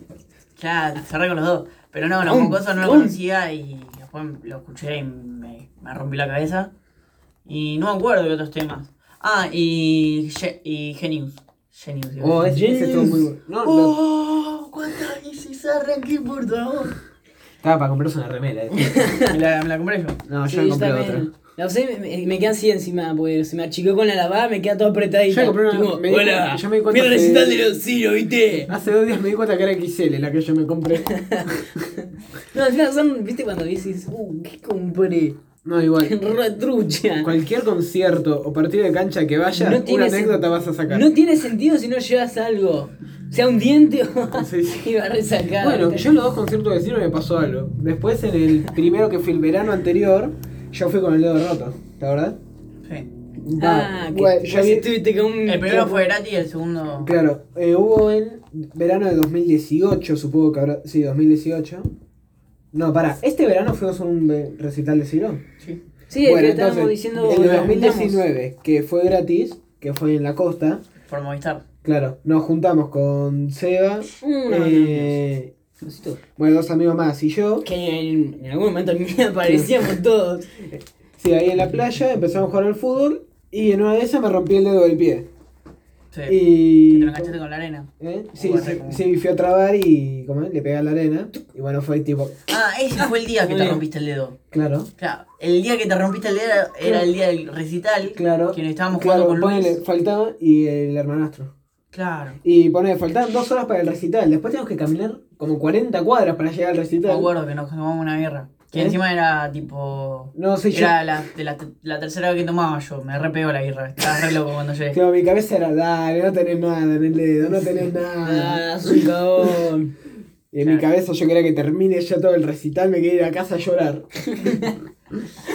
Claro, cerré con los dos. Pero no, Los ¡Pum! Mocosos no lo ¡Pum! conocía y después lo escuché y me, me rompí la cabeza. Y no me acuerdo de otros temas. Ah, y, Ge- y Genius. Genius. digo. Oh, ese, ese estuvo muy bueno. No, no, ¡Oh! ¿Cuántas veces arranqué por favor? Estaba para comprarse una remera. eh. Me la, me la compré yo. No, Sí, Ah, yo me compré también. otra. La usé y me, me queda así encima, porque se me achicó con la lavada, me queda todo Yo apretadita. me compré una- Tipo, me di- hola, yo me di cuenta mira que- el Ah. recital de los Ciro, ¿viste? Hace dos días me di cuenta que era XL la que yo me compré. No, encima son, ¿viste? Cuando dices, uh, ¿qué compré? No, igual. Retrucha. Cualquier concierto o partido de cancha que vayas, No tiene una anécdota sen- vas a sacar. No tiene sentido si no llevas algo. Sea un diente o Sí, sí. iba a resacar. Bueno, yo en los dos conciertos de Ciro me pasó algo. Después, en el primero que fue el verano anterior, yo fui con el dedo roto, ¿la verdad? Sí. Va, Ah, que bueno, yo yo vi- estuviste con un. El primero fue gratis y el segundo. Claro, eh, hubo en verano de 2018, supongo que habrá. Sí, 2018. No, pará, este verano fuimos a un ve- recital de Ciro. Sí. Sí, el Bueno, que estábamos entonces, diciendo. El de nos 2019, que fue gratis, que fue en la costa. Por Movistar. Claro, nos juntamos con Seba. juntamos. Una- eh, bueno, dos amigos más y yo. Que en, en algún momento ni aparecíamos todos. Sí, ahí en la playa empezamos a jugar al fútbol y en una de esas me rompí el dedo del pie. Sí. Que Y. te lo enganchaste con la arena. ¿Eh? Sí, Bueno, sí, como- sí, fui a trabar y ¿cómo es? le pegué a la arena. Y bueno, fue tipo, Ah, ese fue el día que Muy te bien. rompiste el dedo. claro, Claro, el día que te rompiste el dedo era, era el día del recital. claro. Que estábamos claro, jugando con Luis. ponele, faltaba y el hermanastro. Claro. Y ponele, faltaban dos horas para el recital. Después tenemos que caminar como 40 cuadras para llegar al Me recital. acuerdo que nos tomamos una birra. Que ¿Eh? encima era tipo. No, soy era yo. La, de la, la tercera vez que tomaba yo. Me repego la guirra. Estaba re loco cuando llegué. Claro, mi cabeza era, dale, no tenés nada en el dedo, no tenés nada. Ah, soy un cagón. Y en mi cabeza yo quería que termine ya todo el recital, me quería ir a casa a llorar.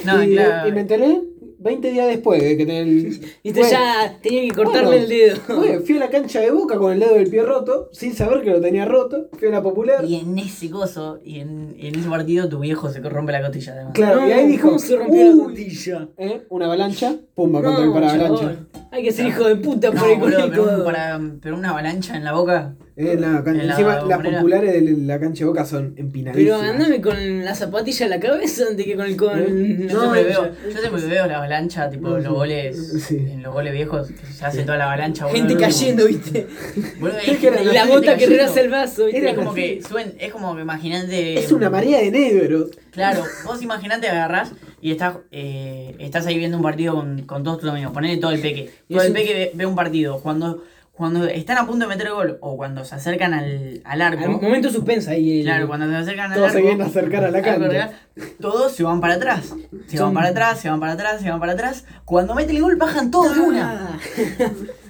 No, y, eh, claro. y me enteré 20 días después de que en el... Viste, Bueno, este ya tenía que cortarle bueno, el dedo. bueno, fui a la cancha de Boca con el dedo del pie roto, sin saber que lo tenía roto, fui a la popular. Y en ese coso, y en, en ese partido, tu viejo se rompe la costilla además. Claro, y ahí No, dijo, ¿Cómo se rompió "Uy, la costilla? ¿eh? Una avalancha, pumba contra el paravalancha. chabón. Hay que ser hijo de puta No, por el boludo, pero, un colegio. para, pero una avalancha en la boca. Eh, la can- En la encima las bombonera. populares de la cancha de Boca son Pero empinadísimas. andame con la zapatilla en la cabeza antes que con el con. Yo, siempre veo, yo siempre veo la avalancha, tipo los goles, Sí. en los goles viejos, que se hace toda la avalancha. boludo, Gente el último. cayendo, viste. Boludo, hay Creo que gente- era hay Y la gente gota que cayendo. rebasa el vaso, viste. Era Es como que suben, es como que imaginate. Es una marea de negros. Claro, vos imaginate agarrás y estás, eh, estás ahí viendo un partido con, con todos tus amigos, ponele todo el peque. Y Todo es el un- peque ve, ve un partido. Cuando, cuando están a punto de meter el gol o cuando se acercan al, al Al arco. momento suspensa ahí. el- Claro, cuando se acercan al Todos se vienen a arco. acercar a la arco cancha. real, Todos se van para atrás. Se Son- van para atrás, se van para atrás, se van para atrás. Cuando mete el gol, bajan todos de una. Ah,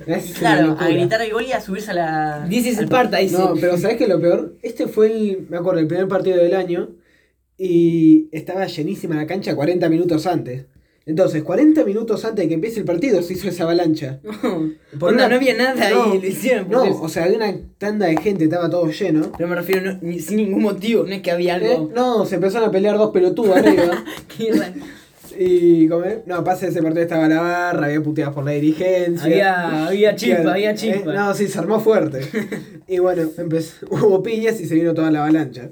Es Y una claro, a locura. gritar el gol y a subirse a la. This is Sparta, Ah, dice. No, pero ¿sabes qué es lo peor? Este fue el, me acuerdo, el primer partido del año y estaba llenísima la cancha 40 minutos antes. Entonces, 40 minutos antes de que empiece el partido se hizo esa avalancha. Por una- no había nada No, ahí, lo hicieron. por No, eso. o sea, había una tanda de gente, estaba todo lleno. Pero me refiero no- ni- sin ningún motivo, no es que había Eh, algo. No, se empezaron a pelear dos pelotudos arriba. que era- Y como, eh, no, pasa ese partido estaba la barra, había puteadas por la dirigencia. había, había chispa, Claro, había eh, chispa. no, sí, se armó fuerte. y bueno, empezó, hubo piñas y se vino toda la avalancha.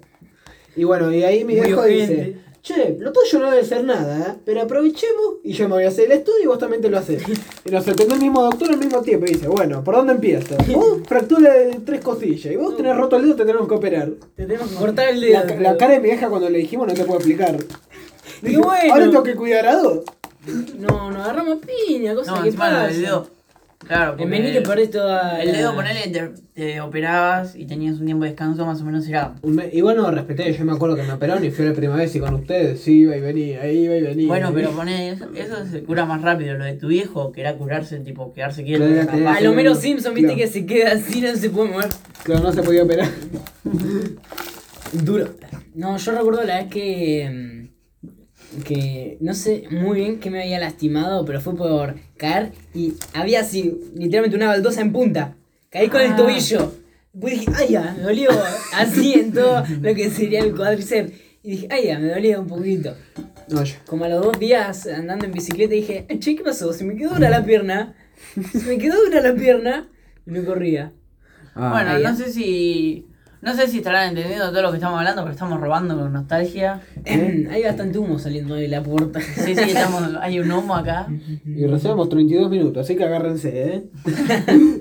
Y bueno, y ahí mi Muy viejo urgente. dice, che, lo tuyo no debe ser nada, ¿eh? pero aprovechemos y yo me voy a hacer el estudio y vos también te lo haces. Y nos atendió el mismo doctor al mismo tiempo y dice, bueno, ¿por dónde empiezo? Vos fractura de tres costillas y vos tenés roto el dedo, te tenemos que operar. Te tenemos que cortar el La, dedo. la cara de mi vieja cuando le dijimos no te puedo explicar. Y bueno. Ahora tengo que cuidar a dos. No, no agarramos piña, cosa No, que encima lo pasa. del dedo. Claro, En porque venir le perdés toda. Ah, El dedo, la- ponele, te, te operabas y tenías un tiempo de descanso, más o menos era. Un me- Y bueno, respeté, yo me acuerdo que me operaron y fui la primera vez y con ustedes, sí, iba y venía, iba y venía. Bueno, iba y pero venía. ponele, eso, eso se cura más rápido. Lo de tu viejo, que era curarse, tipo, quedarse quieto. Claro, capaz. tenés- A lo menos Simpson, viste Claro. que se queda así, no se puede mover. Claro, no se podía operar. Duro. No, yo recuerdo la vez que. mm, Que no sé muy bien qué me había lastimado, pero fue por caer y había así, literalmente una baldosa en punta. Caí con el Ah. tobillo. Pues dije, ay, ya, me dolió. Así en todo lo que sería el cuádriceps. Y dije, ay, ya, me dolía un poquito. No, yo. Como a los dos días andando en bicicleta dije, "Eh, che, ¿qué pasó? Se me quedó dura la pierna. Se me quedó dura la pierna. Y no corría. Bueno, ahí no ya. sé si. No sé si estarán entendiendo todo lo que estamos hablando, pero estamos robando con nostalgia. Hay bastante humo saliendo de la puerta. Sí, sí, estamos, hay un humo acá. y recibimos 32 minutos, así que agárrense, ¿eh?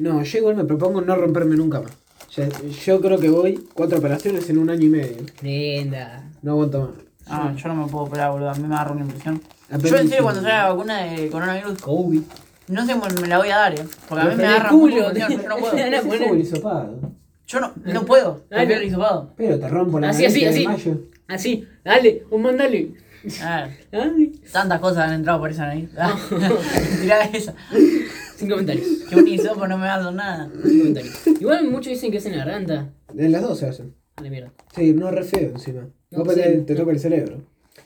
no, yo igual me propongo no romperme nunca más. Ya- yo creo que voy cuatro operaciones en un año y medio. Tremenda. No aguanto más. Ah, yo no me puedo operar, boludo. A mí me agarró una impresión. Yo Apendicitis. en serio, cuando salga la vacuna de coronavirus, COVID. no sé cómo me la voy a dar, eh. Porque a mí me Pero tenés agarra un poco culo, de impresión, yo no puedo. tenés- Ese fue bueno. un hisopado. Yo no, no puedo. Dale. Prefiero hisopado. Pero te rompo Ah, la Así, así, nariz así. de mayo. Así, Ah, dale, un mandale. A ver, Dale. tantas cosas han entrado por esa nariz. Tirá esa. Sin comentarios. Que un hisopo no me va a hacer nada. Sin comentarios. Igual muchos dicen que es en la garganta. En las dos se hacen. A la mierda. Sí, no re feo encima. No, Vos sí. te, te toca el cerebro.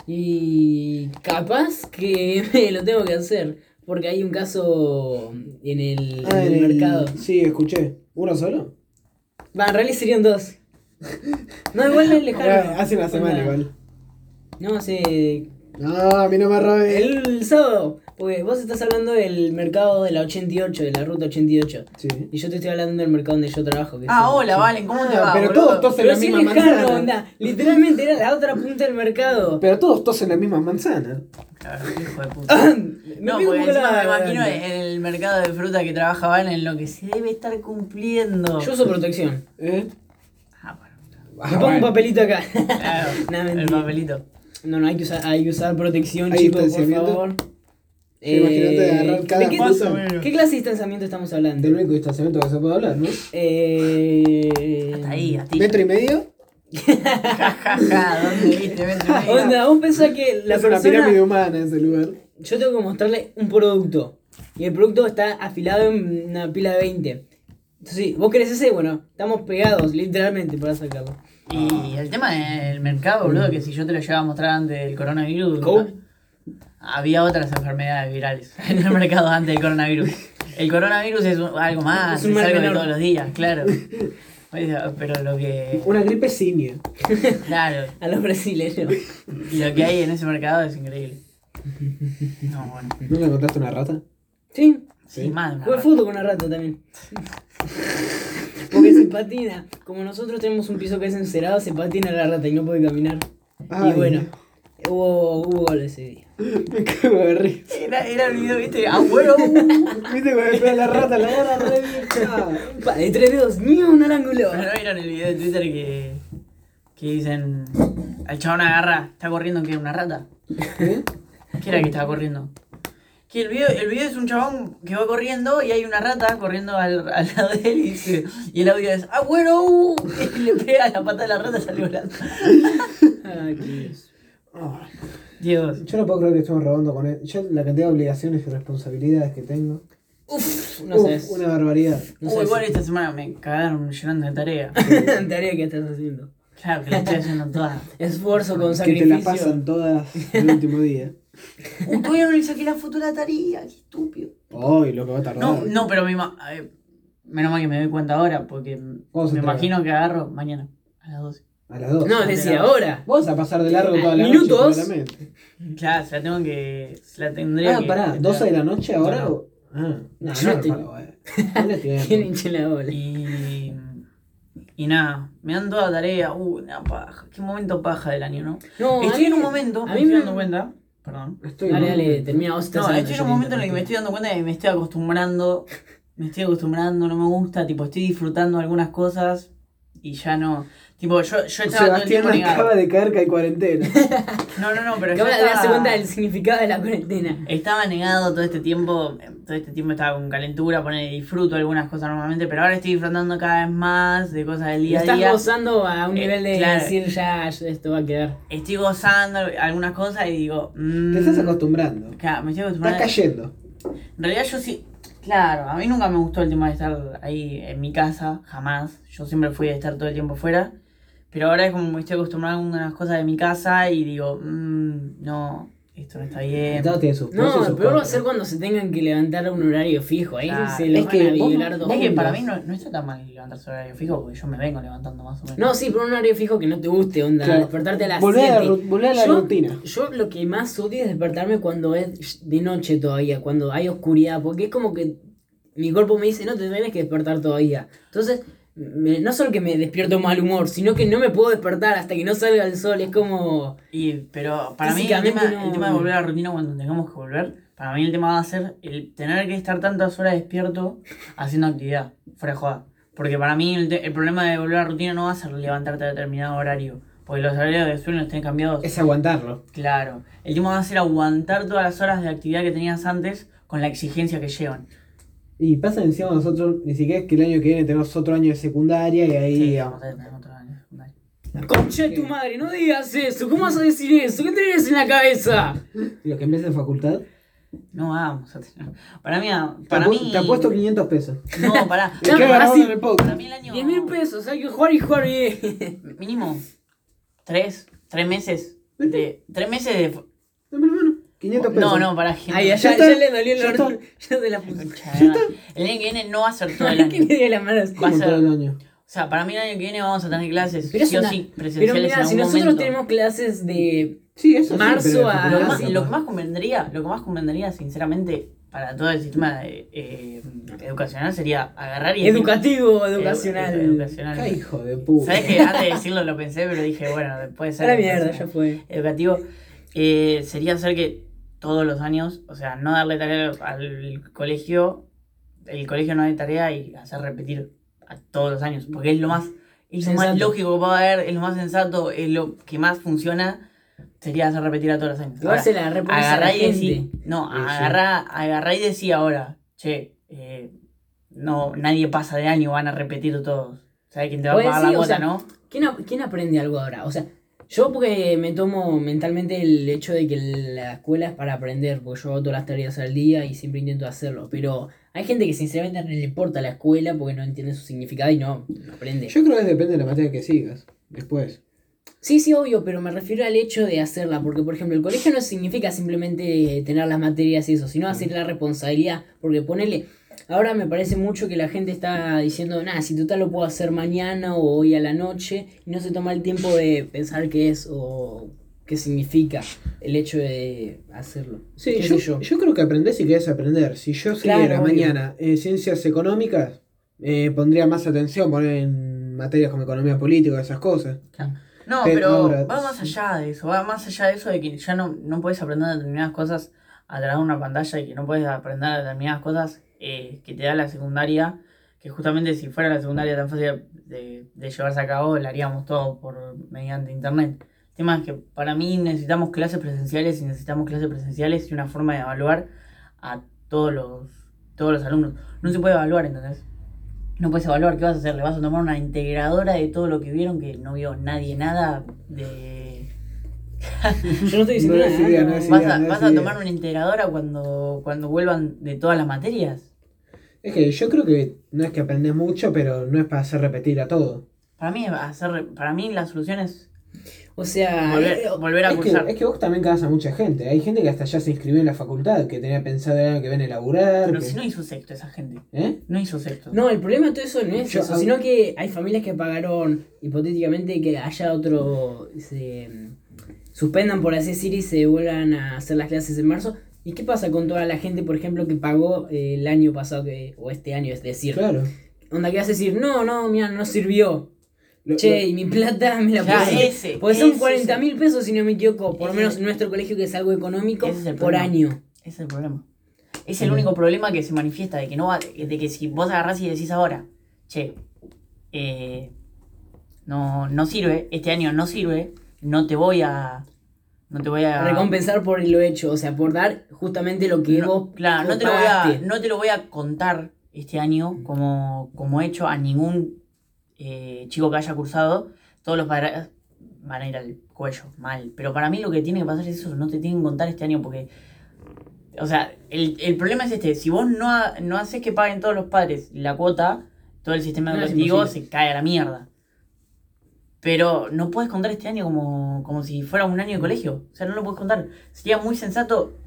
Y capaz que me lo tengo que hacer. Porque hay un caso en el, Ah, en el mercado. Sí, escuché. ¿Uno solo? Va, en realidad serían dos. No, igual no es lejano. Ah, hace una semana Onda. igual. No, hace. No, a mí no me robé. El sábado. Porque vos estás hablando del mercado de la 88, de la ruta 88. Sí. Y yo te estoy hablando del mercado donde yo trabajo. Que es Ah, el- hola, Valen, ¿cómo te Ah, va? pero boludo? todos tosen Pero la sí misma lejano, manzana. onda. Literalmente era la otra punta del mercado. Pero todos tosen la misma manzana. Claro, hijo de Ah, puta. Me No, pico un porque poco encima la me imagino garganta. en el mercado de fruta que trabaja Valen en lo que se debe estar cumpliendo. Yo uso protección. ¿Eh? Ah, bueno. Ah, Me pongo un bueno. papelito acá. Claro, No, el mentira. papelito. No, no, hay que usar, hay que usar protección, ¿Hay chicos, por distanciamiento? favor. Sí, imagínate agarrar cada Eh, ¿de qué, paso. ¿Qué clase de distanciamiento estamos hablando? Del único distanciamiento que se puede hablar, ¿no? Eh, Hasta ahí, a ti. ¿Metro y medio? Ja, ja, ja, ¿dónde viste? Vente, vente. Onda, vos pensás que la es una persona... pirámide humana ese lugar. Yo tengo que mostrarle un producto. Y el producto está afilado en una pila de 20. Entonces, sí, vos querés ese, bueno, estamos pegados literalmente para sacarlo. Y el tema del mercado, boludo, que si yo te lo llevaba a mostrar antes del coronavirus, ¿Cómo? había otras enfermedades virales en el mercado antes del coronavirus. El coronavirus es un- algo más, Es es, un mal algo de menor. todos los días, claro. Oye, Pero lo que. Una gripe cinia. Claro, A los brasileños. lo que hay en ese mercado es increíble. No, bueno. ¿No le encontraste una rata? Sí, Sí, más de una jugué rata. fútbol con una rata también. Porque se patina. Como nosotros tenemos un piso que es encerado, se patina la rata y no puede caminar. Ay. Y bueno, hubo, hubo gol ese día. Me cago de risa. Era, era el video, viste, uh. a huevo. Viste cuando le pega la rata, la gara re vieja. Pa, de tres dedos, ni un al ángulo. Pero no vieron el video de Twitter que. que dicen. Al chabón agarra, está corriendo que una rata. ¿Eh? ¿Qué era que estaba corriendo? Que el video, el video es un chabón que va corriendo y hay una rata corriendo al, al lado de él y dice. Y el audio es, ¡ah, bueno! uh", Y le pega la pata de la rata y sale volando. Ay, qué Dios. Ay. Dios. Yo no puedo creer que estemos robando con él. Yo la cantidad de obligaciones y responsabilidades que tengo. Uf, no Uf, sabes. Una barbaridad. No Uy, sabes. igual esta semana me cagaron llenando de tarea. Tarea que estás haciendo. Claro que la estoy haciendo toda. Esfuerzo con Ah, Que te sacrificio. la pasan todas el último día. Uy, todavía no le saqué la foto de la tarea, qué estúpido. Ay, lo que va a tardar. No, no, pero mi ma- eh, menos mal que me doy cuenta ahora, porque Vamos a me entregar. imagino que agarro mañana a las 12. A las dos. No, decía ahora. Vos vas a pasar de largo toda la ¿Minutos? noche. claramente. Claro, se la tengo que. Se la tendría Ah, que. pará, 12 de la noche ahora. No, no. o- Ah, no, Yo no, te- hermano, eh. Dale tiempo. Tiene hinche la bola. Y. Y nada, me dan toda tarea. Uh, una paja. Qué momento paja del año, ¿no? No, estoy a en mí- un momento, a me mí estoy me- dando cuenta. Perdón. Estoy Dale, mal. dale, termina vos. estás No, hablando, estoy en yo un te momento en el que me interrumpí. estoy dando cuenta de que me estoy acostumbrando. Me estoy acostumbrando, no me gusta. Tipo, estoy disfrutando algunas cosas y ya no. Tipo, yo, yo estaba todo el Sebastián tiempo negado. acaba de caer que hay cuarentena. No, no, no, pero yo Acaba de darse estaba- cuenta del significado de la cuarentena. Estaba negado todo este tiempo, todo este tiempo estaba con calentura, poner disfruto algunas cosas normalmente, pero ahora estoy disfrutando cada vez más de cosas del Lo día a estás día. gozando a un Eh, nivel de claro. decir ya, ya esto va a quedar. Estoy gozando algunas cosas y digo, mmm, Te estás acostumbrando. me estoy Estás acostumbrando. cayendo. En realidad yo sí, claro, a mí nunca me gustó el tema de estar ahí en mi casa, jamás. Yo siempre fui a estar todo el tiempo fuera, pero ahora es como me estoy acostumbrando a algunas cosas de mi casa y digo, mmm, no, esto no está bien. Todo tiene sus pros y Eh, No, sus lo peor va a contras. ser cuando se tengan que levantar a un horario fijo. Ahí eh. Claro. se los Es van que a vos- violar dos Es que para juntos. mí no, no está tan mal levantarse horario fijo porque yo me vengo levantando más o menos. No, sí, pero un horario fijo que no te guste, onda. Claro. Despertarte a las Volvé a la 7. ru- volvé a la Yo- rutina. Yo lo que más odio es despertarme cuando es de noche todavía, cuando hay oscuridad, porque es como que mi cuerpo me dice, no te tenés que despertar todavía. Entonces, me- no solo que me despierto mal humor, sino que no me puedo despertar hasta que no salga el sol. Es como. Y, pero para mí el Físicamente tema, el no. tema de volver a la rutina cuando tengamos que volver, para mí el tema va a ser el tener que estar tantas horas despierto haciendo actividad, fuera de joda. Porque para mí el, te- el problema de volver a la rutina no va a ser levantarte a determinado horario. Porque los horarios de sueño los tenés cambiados. Es aguantarlo. Claro. El tema va a ser aguantar todas las horas de actividad que tenías antes con la exigencia que llevan. Y pasa encima nosotros, ni siquiera es que el año que viene tenemos otro año de secundaria y ahí digamos. vamos a tener otro año secundario. Concha de tu madre, no digas eso. ¿Cómo vas a decir eso? ¿Qué tenés en la cabeza? Y los que empiezan facultad. No vamos a tener. Para mí, para Para te, mí. te apuesto 500 pesos. No, pará. ¿Qué agarramos así- en el Para podcast? mí el año. 10 mil pesos, hay que jugar y jugar bien. Mínimo. Tres. Tres meses. De, tres meses de. fu- Dame la mano. 500 pesos. No, no, para gente. Ay, ya, Ya ya, está, le dolió ya el está. orto. Ya se la puse. El año que viene no va a ser todo el Ay, que año. le dio la mano así. Va a Como ser- todo el año. O sea, para mí el año que viene vamos a tener clases. Pero es sí o una- sí, presenciales Pero mira, en si algún nosotros momento. tenemos clases de. Sí, eso sí, Marzo pero de a- Lo, facultad, más- lo que capaz. más convendría, lo que más convendría, sinceramente, para todo el sistema eh, eh, educacional sería agarrar y. Educativo, Edu- educacional. edu- educacional. Ay, hijo de puta. Sabes que antes de decirlo lo pensé, pero dije, bueno, puede A ser. la mierda, educacional. ya fue. educativo eh, sería hacer que todos los años, o sea, no darle tarea al colegio, el colegio no dé tarea y hacer repetir a todos los años, porque es lo más, es lo más Sensato. lógico que va a haber, es lo más sensato, es lo que más funciona, sería hacer repetir a todos los años. Igual Ahora, se la repones a la agarrá y gente. decí, no, Sí, sí. agarrá, agarrá y decí ahora, che, eh, no, nadie pasa de año, van a repetir todos. ¿Sabes quién te va a Pues pagar sí, la o cuota, sea, no? ¿Quién, ap- quién aprende algo ahora? O sea, yo porque me tomo mentalmente el hecho de que la escuela es para aprender, porque yo hago todas las tareas al día y siempre intento hacerlo, pero hay gente que sinceramente no le importa la escuela porque no entiende su significado y no, no aprende. Yo creo que depende de la materia que sigas después. Sí, sí, obvio, pero me refiero al hecho de hacerla, porque por ejemplo, el colegio no significa simplemente tener las materias y eso, sino Mm. hacer la responsabilidad, porque ponele, ahora me parece mucho que la gente está diciendo, nada, si total lo puedo hacer mañana o hoy a la noche, y no se toma el tiempo de pensar qué es o qué significa el hecho de hacerlo. Sí, ¿Qué yo, sé yo? creo que aprendés si querés aprender. Si yo Claro, siguiera obvio. mañana en ciencias económicas, eh, pondría más atención, poner en materias como economía política, esas cosas. No, Pero pero, ahora- va más allá de eso, va más allá de eso de que ya no, no puedes aprender determinadas cosas a través de una pantalla y que no puedes aprender determinadas cosas eh, que te da la secundaria, que justamente si fuera la secundaria tan fácil de, de llevarse a cabo, la haríamos todo por mediante internet. El tema es que para mí necesitamos clases presenciales y necesitamos clases presenciales y una forma de evaluar a todos los, todos los alumnos. No se puede evaluar, ¿entendés? No puedes evaluar qué vas a hacer, le vas a tomar una integradora de todo lo que vieron, que no vio nadie nada de... Yo no estoy diciendo No es nada. idea, no, no es no. ¿Vas, a, no vas es a idea. tomar una integradora cuando, cuando vuelvan de todas las materias? Es que yo creo que no es que aprendés mucho, pero no es para hacer repetir a todo. Para mí, hacer, para mí la solución es O sea, eh, volver, volver a Ah, oh, Es que, cursar. es que vos también cagás a mucha gente. Hay gente que hasta ya se inscribió en la facultad, que tenía pensado el año que viene laburar. Pero que- si no hizo sexto esa gente, ¿Eh? no hizo sexto. No, el problema de todo eso no es Yo- eso, sino que hay familias que pagaron hipotéticamente que haya otro. se mm, suspendan, por así decir, y se vuelvan a hacer las clases en marzo. ¿Y qué pasa con toda la gente, por ejemplo, que pagó eh, el año pasado que, o este año? Es decir, Claro. onda que vas a decir, no, no, mira, no sirvió. Lo- Che, y mi plata me la Ya, pues, puse. ese, Porque son ese, 40 mil pesos, si no me equivoco, por lo Ese- menos en nuestro colegio que es algo económico, Ese es el por problema. año. Ese es el problema. Es el único problema que se manifiesta, de que no va- de que si vos agarrás y decís ahora, che, eh, no, no sirve, este año no sirve, no te voy a. No te voy a. Recompensar por lo hecho, o sea, por dar justamente lo que vos. no, claro, no te, lo voy a, pagaste. no te lo voy a contar este año Mm. como, como hecho a ningún eh, chico que haya cursado. Todos los padres van a ir al cuello, mal. Pero para mí lo que tiene que pasar es eso, no te tienen que contar este año porque... O sea, el, el problema es este, si vos no, ha- no haces que paguen todos los padres la cuota, todo el sistema No, es educativo imposible. se cae a la mierda. Pero no puedes contar este año como, como si fuera un Mm. año de colegio. O sea, no lo puedes contar. Sería muy sensato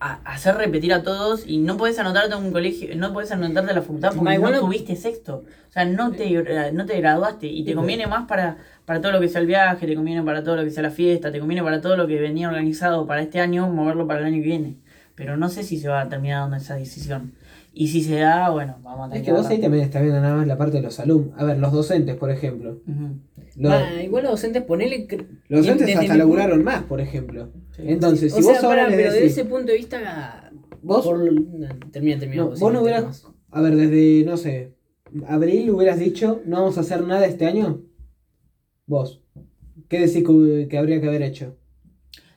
a- hacer repetir a todos y no puedes anotarte a un colegio, no puedes anotarte a la facultad porque Ma, igual no no- tuviste sexto. O sea, no te, gra- no te graduaste y te conviene más para, para todo lo que sea el viaje, te conviene para todo lo que sea la fiesta, te conviene para todo lo que venía organizado para este año, moverlo para el año que viene. Pero no sé si se va a terminar dando esa decisión. Y si se da, bueno, vamos a tener Es que vos ahí agarrar. también estás viendo nada más la parte de los alumnos. A ver, los docentes, por ejemplo. Ujú. Los, Ah, igual los docentes, ponele. cre- los docentes desde hasta mi laburaron más, por ejemplo. Sí. punto- Entonces, si o vos sea, ahora pará, les pero desde decís, ese punto de vista. vos, por- no, termina, termina. no, pues, vos sí, no hubieras, terminamos. a ver, desde, no sé, abril hubieras dicho, no vamos a hacer nada este año. Vos, ¿qué decís que, que habría que haber hecho?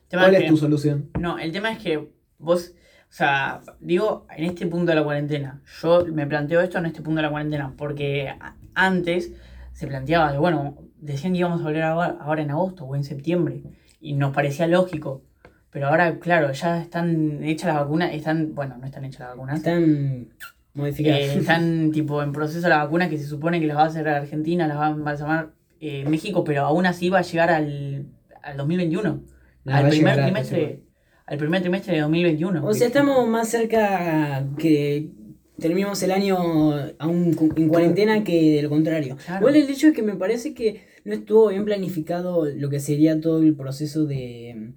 Tema ¿Cuál es es que- tu solución? No, el tema es que vos, o sea, digo, en este punto de la cuarentena, yo me planteo esto en este punto de la cuarentena, porque a- antes se planteaba que, bueno, decían que íbamos a volver ahora, ahora en agosto o en septiembre, y nos parecía lógico, pero ahora, claro, ya están hechas las vacunas, están, bueno, no están hechas las vacunas, Están modificadas. eh, están tipo en proceso la vacuna que se supone que las va a hacer Argentina, las va a embalsamar eh, México, pero aún así va a llegar al, al 2021. No, va al a primer llegar a- trimestre. Al primer trimestre de 2021. o sea, estamos más cerca que terminemos el año aún cu- en cuarentena que de lo contrario. Claro. Igual el hecho es que me parece que no estuvo bien planificado lo que sería todo el proceso de,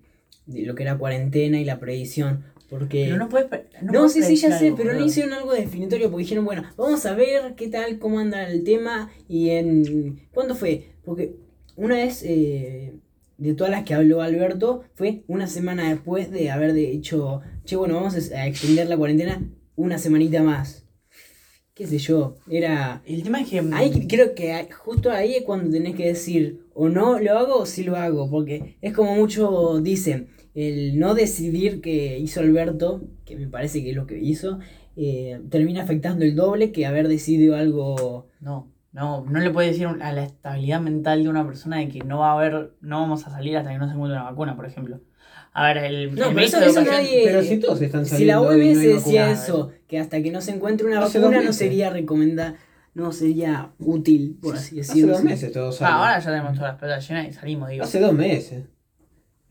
de lo que era cuarentena y la previsión. Porque. Pero no puedes. pre- No, puedes sí, sí, ya predecir sé, algo, pero no boludo. hicieron algo definitorio porque dijeron, bueno, vamos a ver qué tal, cómo anda el tema y en... ¿Cuándo fue? Porque una vez, eh, de todas las que habló Alberto, fue una semana después de haber dicho, che, bueno, vamos a a extender la cuarentena una semanita más. ¿Qué sé yo? Era... El tema es que. Ahí Mm. que- creo que ahí- justo ahí es cuando tenés que decir o no lo hago o sí lo hago, porque es como mucho dicen, el no decidir que hizo Alberto, que me parece que es lo que hizo, eh, termina afectando el doble que haber decidido algo No, No, no le puede decir un- a la estabilidad mental de una persona de que no va a haber, no vamos a salir hasta que no se encuentre una vacuna, por ejemplo. A ver, el, No, el pero ministro eso- de eso Educación- nadie- Eh, Pero si todos están Si la saliendo OMS y no hay decía vacunadas. eso, que hasta que no se encuentre una Hace vacuna dos no meses. sería recomendada, no sería útil, por así Hace decirlo. dos meses todos Ah, salen. ahora ya tenemos todas las pelotas llenas y salimos, digo. Hace dos meses.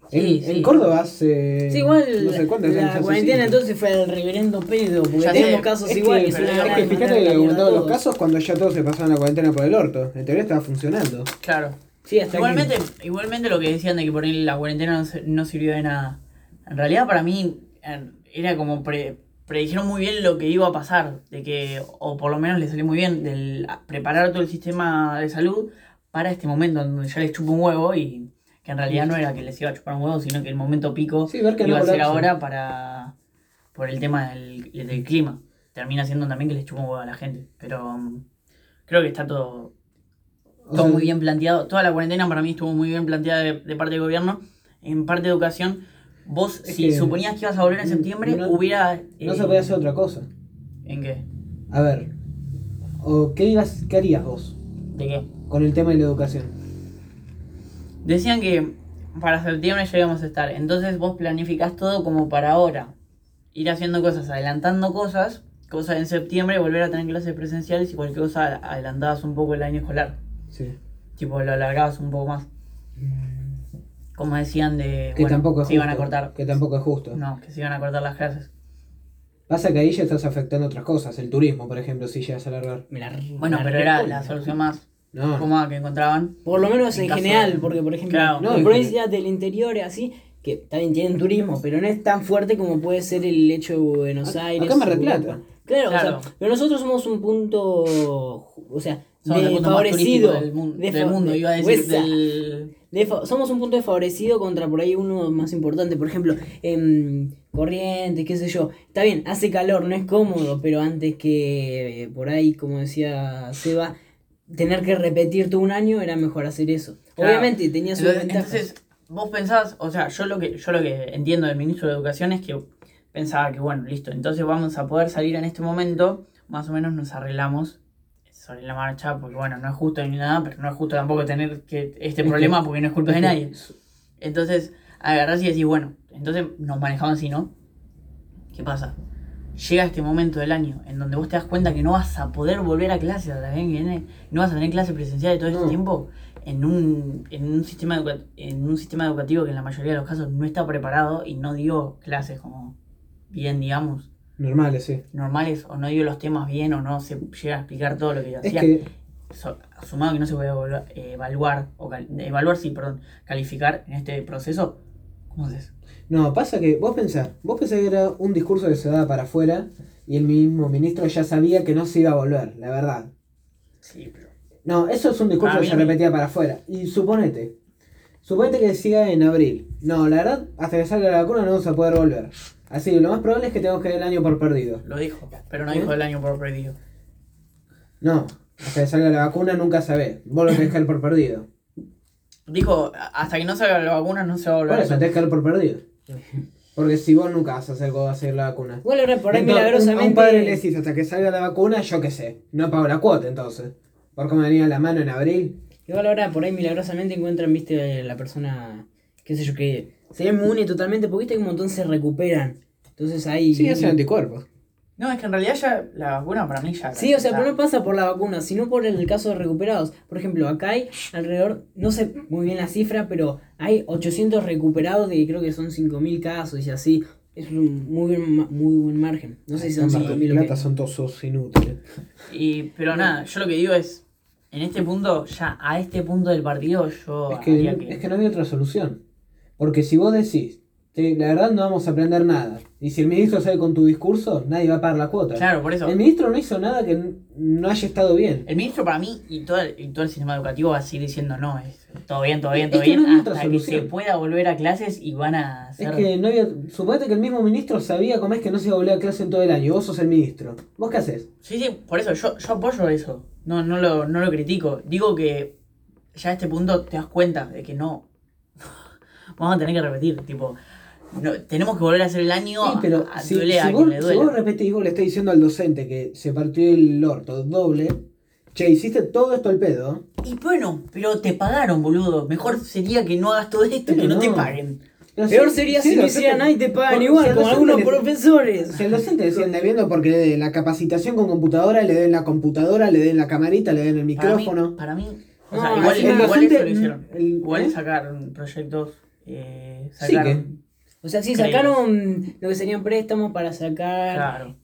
Sí, en, sí. en Córdoba hace. Sí, igual No sé cuánto, hace la cinco. cuarentena entonces fue al reverendo pedo, porque Ya sé, tenemos casos Es que, iguales. pero una hay hay gana que de fijarte mandar que la mierda a aumentaron los todos. casos cuando ya todos se pasaron la cuarentena por el orto. En teoría estaba funcionando. Claro. Sí, hasta que- Igualmente, igualmente lo que decían de que por ahí la cuarentena no, se- no sirvió de nada. En realidad para mí eh, era como pre- predijeron muy bien lo que iba a pasar, de que, o por lo menos le salió muy bien, del a- preparar todo el sistema de salud para este momento en donde ya les chupa un huevo y que en realidad no era que les iba a chupar un huevo, sino que el momento pico Sí, ver que iba no a ser colapsa. ahora para por el tema del, del clima. Termina siendo también que les chupa un huevo a la gente. Pero um, creo que está todo O todo sea, muy bien planteado. Toda la cuarentena para mí estuvo muy bien planteada de, de parte del gobierno, en parte de educación. Vos, Es si que- suponías que ibas a volver en septiembre, No- hubiera. No eh, se podía hacer otra cosa. ¿En qué? A ver. O, ¿qué, ibas, ¿Qué harías vos ¿De qué? con el tema de la educación? Decían que para septiembre ya íbamos a estar. Entonces vos planificás todo como para ahora. Ir haciendo cosas, adelantando cosas, cosas en septiembre, volver a tener clases presenciales y cualquier cosa adelantabas un poco el año escolar. Sí. Tipo, lo alargabas un poco más. Como decían de. Mm. Que bueno, tampoco es se iban a justo, cortar. Que tampoco es justo. No, que se iban a cortar las clases. Pasa que ahí ya estás afectando otras cosas. El turismo, por ejemplo, si llegas a alargar. Me la re- Bueno, me pero era recontra. la solución más No. cómoda que encontraban. Por lo menos En en, caso general, de- porque por ejemplo, Claro. No, las en provincias del interior así, que también tienen turismo, pero no es tan fuerte como puede ser el hecho de Buenos Acá Aires. me o- replata. Claro, o sea, Claro. pero nosotros somos un punto, o sea, Somos el punto más desfavorecido turístico del, mun- Desfa- del mundo, iba a decir. Huesa. Del... Defa- somos un punto desfavorecido contra por ahí uno más importante. Por ejemplo, em, Corrientes, qué sé yo. Está bien, hace calor, no es cómodo, pero antes que eh, por ahí, como decía Seba, tener que repetir todo un año era mejor hacer eso. Claro. Obviamente tenía sus Entonces, ventajas. entonces, vos pensabas, o sea, yo lo que yo lo que entiendo del ministro de Educación es que pensaba que, bueno, listo, entonces vamos a poder salir en este momento, más o menos nos arreglamos sobre la marcha, porque bueno, no es justo ni nada, pero no es justo tampoco tener que este problema porque no es culpa de nadie. Entonces, agarrás y decís, bueno, entonces nos manejamos así, ¿no? ¿Qué pasa? Llega este momento del año en donde vos te das cuenta que no vas a poder volver a clases hasta que viene, no vas a tener clases presenciales todo este No. tiempo en un, en, un sistema educa- en un sistema educativo que en la mayoría de los casos no está preparado y no dio clases como bien, digamos, Normales, sí. normales, o no dio los temas bien, o no se llega a explicar todo lo que Es hacía que so- sumado que no se puede evaluar, evaluar o cal- evaluar, sí, perdón, calificar en este proceso, ¿cómo haces? No, pasa que vos pensás, vos pensás que era un discurso que se daba para afuera y el mismo ministro ya sabía que no se iba a volver, la verdad. Sí, pero... No, eso es un discurso Para que Ah, mí se no. repetía para afuera. Y suponete, suponete que siga en abril. No, la verdad, hasta que salga la vacuna no vamos a poder volver. Así que lo más probable es que tengamos que dar el año por perdido. Lo dijo, pero no ¿Eh? dijo el año por perdido. No, hasta que salga la vacuna nunca sabés. Vos lo tenés que dar por perdido. Dijo, "A- hasta que no salga la vacuna no se va a volver Por a eso hacer". tenés que dar por perdido. Porque si vos nunca vas a hacer, vas a hacer la vacuna. Igual ahora por ahí Entonces, milagrosamente. A un padre le decís hasta que salga la vacuna, yo qué sé. No pago la cuota entonces. Por cómo venía la mano en abril. Igual ahora por ahí milagrosamente encuentran, viste, la persona, qué sé yo, que se ve inmune totalmente, porque viste que un montón se recuperan. Entonces ahí. anticuerpos. No, es que en realidad ya la vacuna para mí ya... Sí, o sea, está. pero no pasa por la vacuna, sino por el caso de recuperados. Por ejemplo, acá hay alrededor, no sé muy bien la cifra, pero hay 800 recuperados de creo que son 5.000 casos y así. Es un muy buen, ma- muy buen margen. No sé si son 5.000 o qué. son todos sos inútiles. Y, pero nada, yo lo que digo es, en este punto, ya a este punto del partido yo... Es que, haría que- es que no había otra solución. Porque si vos decís, "Te- la verdad no vamos a aprender nada. Y si el ministro sale con tu discurso, nadie va a pagar la cuota. Claro, por eso. El ministro no hizo nada que n- no haya estado bien. El ministro para mí y todo el, y todo el sistema educativo va a seguir diciendo no, es todo bien, todo bien, todo Es que bien, no hay otra hasta que se solución. pueda volver a clases y van a hacer... Es que no había. Suponete que el mismo ministro sabía cómo es que no se iba a volver a clase en todo el año. Vos sos el ministro. ¿Vos qué haces? Sí, sí, por eso yo, yo apoyo eso. No, no, lo, no lo critico. Digo que ya a este punto te das cuenta de que no. Vamos a tener que repetir. Tipo, no, tenemos que volver a hacer el año. Sí, pero a, a- si, duele si a vos, quien le si duele. vos repetís, vos le estás diciendo al docente que se partió el orto doble, Che, hiciste todo esto al pedo. Y bueno, pero te pagaron, boludo. Mejor sería que no hagas todo esto y que Pero no, te no. paguen. Peor sería si no hicieran nada y te pagan igual, como algunos profesores. Si al docente decían debiendo porque le den la capacitación con computadora, le den la computadora, le den la camarita, le den el Para mí- micrófono. Para mí. o No, sea, igual, así igual el docente- eso lo hicieron. el- igual ¿eh? sacaron proyectos. Eh, Sí, sacaron. O sea, sí, Increíble. sacaron lo que serían préstamos para sacar. claro.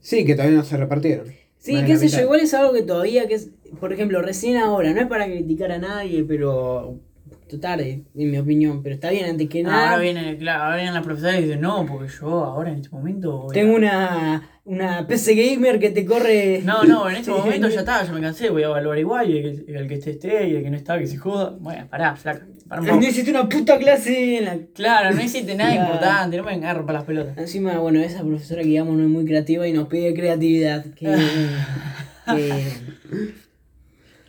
Sí, que todavía no se repartieron. Sí, Más de qué la sé yo, mitad. igual es algo que todavía, que es, por ejemplo, recién ahora, no es para criticar a nadie, pero tarde, en mi opinión, pero está bien antes que nada. Ah, Ahora vienen, claro, ahora vienen las profesoras y dicen, no, porque yo ahora en este momento. voy a- Tengo una, una PC gamer que te corre. No, no, en este momento ya está, ya me cansé, voy a evaluar igual y el que, el que esté esté y el que no está que se joda. Bueno, pará, flaca, pará un No poco. hiciste una puta clase en la. Claro, no hiciste nada Claro. importante, no me agarro para las pelotas. Encima, bueno, esa profesora que digamos no es muy creativa y nos pide creatividad. Que, que-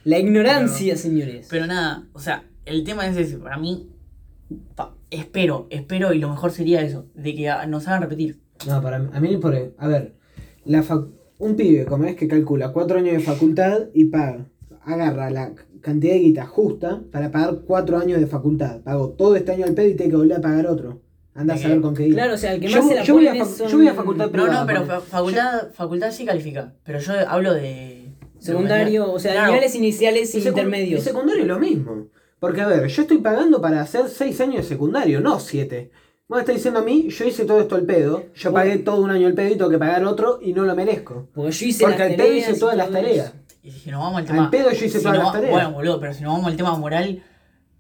La ignorancia, señores. Pero nada, o sea, el tema es ese, para mí, pa- espero, espero y lo mejor sería eso, de que ah, nos hagan repetir. No, para mí, a mí por A ver, la fac- un pibe, como es que calcula cuatro años de facultad y paga, agarra la c- cantidad de guita justa para pagar cuatro años de facultad. Pago todo este año al pedo y tiene que volver a pagar otro. Anda a Eh, saber con qué guita. Claro, o sea, el que Yo- más se la yo voy a ponen fac- son- yo voy a facultad No, privada, no, pero ponele. fa- facultad, facultad sí califica, pero yo hablo de... Secundario, o sea, Claro, niveles iniciales y Y secu- intermedios. Y secundario es lo mismo. Porque, a ver, yo estoy pagando para hacer 6 años de secundario, no 7. Vos me estás diciendo a mí, yo hice todo esto al pedo, yo pagué todo un año al pedo y tengo que pagar otro y no lo merezco. Porque yo hice Porque las al pedo tareas hice y todas las todo eso. tareas. Y si nos vamos al Al tema. pedo yo hice si todas nos las va- tareas. Bueno, boludo, pero si nos vamos al tema moral,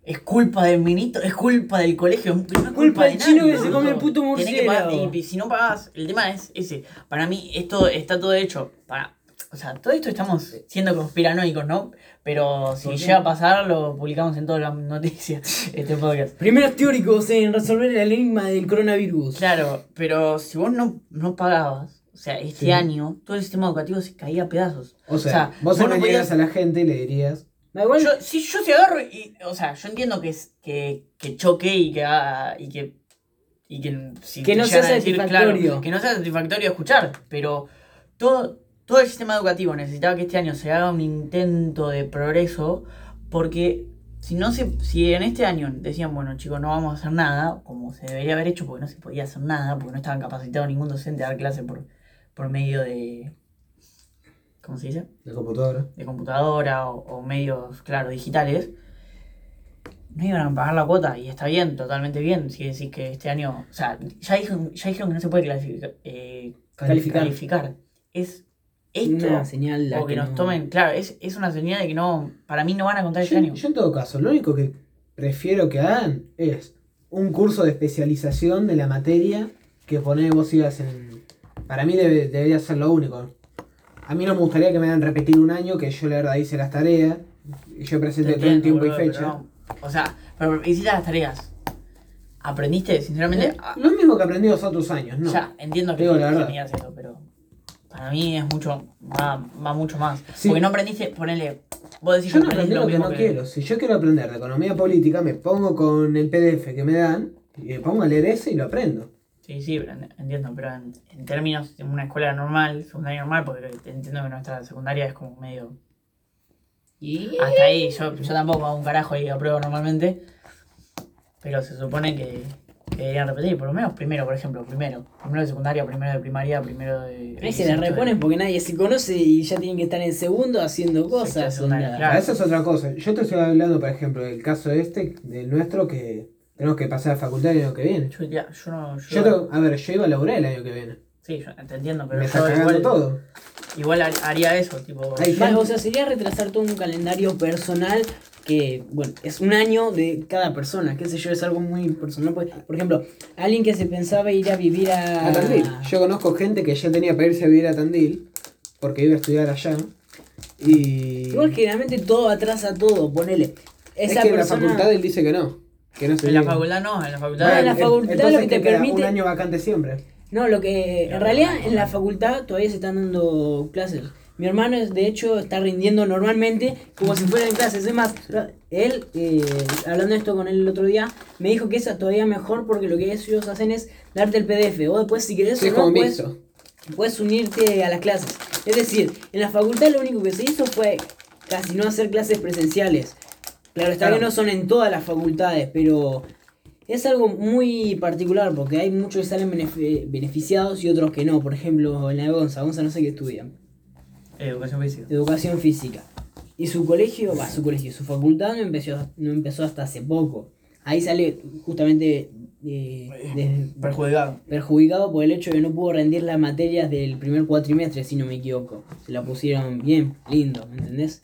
es culpa del ministro, es culpa del colegio, no es culpa, Culpa de del chino nadie, que se boludo. come el puto Tenés que murciélago. pagar- y, y si no pagás, el tema es ese. Para mí, esto está todo hecho. Para, o sea, todo esto estamos siendo conspiranoicos, ¿no? Pero si llega a pasar, lo publicamos en todas las noticias, este podcast. Primeros teóricos en resolver el enigma del coronavirus. Claro, pero si vos no, no pagabas, o sea, este Sí. año, todo el sistema educativo se caía a pedazos. O sea, vos no engañarías podías- a la gente y le dirías. Da igual, Yo, si yo te agarro y. O sea, yo entiendo que, es- que, que choque y que. haga- y que. Y que, si Que te no llegan sea a decir, satisfactorio. que no sea satisfactorio escuchar, pero todo, todo el sistema educativo necesitaba que este año se haga un intento de progreso, porque si no se, si en este año decían, bueno chicos, no vamos a hacer nada, como se debería haber hecho, porque no se podía hacer nada, porque no estaban capacitados ningún docente a dar clase por, por medio de. ¿Cómo se dice? La computadora. de computadora o, o medios, claro, digitales, no iban a pagar la cuota y está bien, totalmente bien, si decís que este año, o sea, ya dijeron, ya dijeron que no se puede clasificar, eh, Calificar. calificar. Es esto, una señal la o que, nos no- tomen, claro, es, es una señal de que no, para mí no van a contar este Yo, año. yo en todo caso, lo único que prefiero que hagan es un curso de especialización de la materia que poner vos ibas en. Para mí debe- debería ser lo único. A mí no me gustaría que me hagan repetir un año que yo la verdad hice las tareas y yo presenté todo en Entiendo, tiempo y boludo, pero fecha. no. O sea, pero hiciste las tareas. ¿Aprendiste? Sinceramente, a- Eh, Lo mismo que aprendí los otros años, ¿no? Ya, entiendo que Digo, sí, la que verdad. tenías eso, pero para mí es mucho, va, va mucho más. Sí. Porque no aprendiste, ponele, vos decís Yo no que aprendiste aprendí lo que mismo no quiero. Si yo quiero aprender de economía política, me pongo con el PDF que me dan y me pongo a leer ese y lo aprendo. Sí, sí, pero en- entiendo, pero en, en términos de una escuela normal, secundaria normal, porque entiendo que nuestra secundaria es como medio... Y- Hasta ahí, yo, yo tampoco hago un carajo y apruebo normalmente, pero se supone que, que deberían repetir, por lo menos primero, por ejemplo, primero. Primero de secundaria, primero de primaria, primero de... Ahí se la sexto de- reponen porque nadie se conoce y ya tienen que estar en segundo haciendo Sexto, cosas. secundaria, onda. Claro. Ah, Esa es otra cosa. Yo te estoy hablando, por ejemplo, del caso este, del nuestro, que tenemos que pasar a facultad el año que viene. Yo, ya, yo no... Yo, Yo, tengo- a ver, yo iba a laburar el año que viene. Sí, yo te entiendo, pero Me está yo cagando igual- todo. Igual har- haría eso, tipo. Hay Más, o gente- sea, sería retrasar todo un calendario personal que, bueno, es un año de cada persona, qué sé yo, es algo muy personal. porque, por ejemplo, alguien que se pensaba ir a vivir a... A Tandil. Yo conozco gente que ya tenía para irse a vivir a Tandil porque iba a estudiar allá. Y. Igual generalmente todo atrasa todo, ponele. es Esa que en la persona... facultad él dice que no. Que no se En la llega. facultad no, en la facultad. Bueno, en la en- facultad entonces lo que te queda permite- Un año vacante siempre. No, lo que en realidad en la facultad todavía se están dando clases. Mi hermano, es, de hecho, está rindiendo normalmente como si fueran clases. Es más, él, eh, hablando esto con él el otro día, me dijo que esa todavía mejor porque lo que ellos hacen es darte el PDF. Vos después, si querés, Sí, es o no, como puedes- mixto. puedes unirte a las clases. Es decir, en la facultad lo único que se hizo fue casi no hacer clases presenciales. Claro, está Claro. que no son en todas las facultades, pero es algo muy particular porque hay muchos que salen benefi- beneficiados y otros que no. Por ejemplo, en la de Gonza, Gonza no sé qué estudian. Educación física. Educación física. Y su colegio, va, su colegio, su facultad no empezó, no empezó hasta hace poco. Ahí sale justamente eh, des- Perjudicado. perjudicado por el hecho de que no pudo rendir las materias del primer cuatrimestre, si no me equivoco. Se la pusieron bien, lindo, ¿me entendés?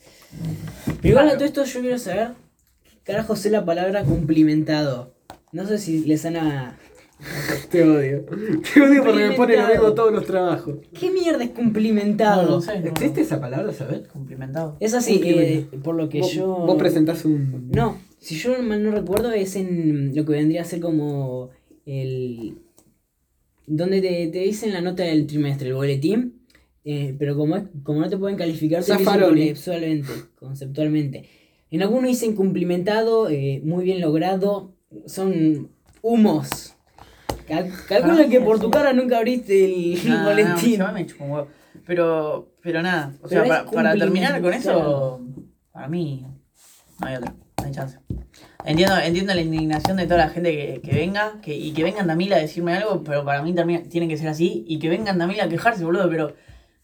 Pero igual a Claro. todo esto yo quiero saber, ¿qué carajo sé la palabra cumplimentado. No sé si les han a... Te odio. Te odio porque me pone lo mismo todos los trabajos. ¿Qué mierda es cumplimentado? No, no sé, no. ¿Existe esa palabra, sabes? Cumplimentado. Es así, eh, Cumplimentado. por lo que vos, yo... Vos presentás un. No, si yo mal no recuerdo es en lo que vendría a ser como el... Donde te, te dicen la nota del trimestre, el boletín, eh, pero como, es, como no te pueden calificar, te lo dicen Zaffaroni. conceptualmente, conceptualmente. En algunos dicen cumplimentado, eh, muy bien logrado, son humos. Cal- calculo Ah, que por tu sí. cara nunca abriste el, Nada, boletín. nada, me chupa un huevo. Pero, pero nada, o Pero sea, es para, para terminar con cumplimentado. eso, para mí no hay otra, no hay chance. Entiendo, entiendo la indignación de toda la gente que, que venga que, y que venga Damila a decirme algo, pero para mí también tiene que ser así. Y que venga Damila a quejarse, boludo, pero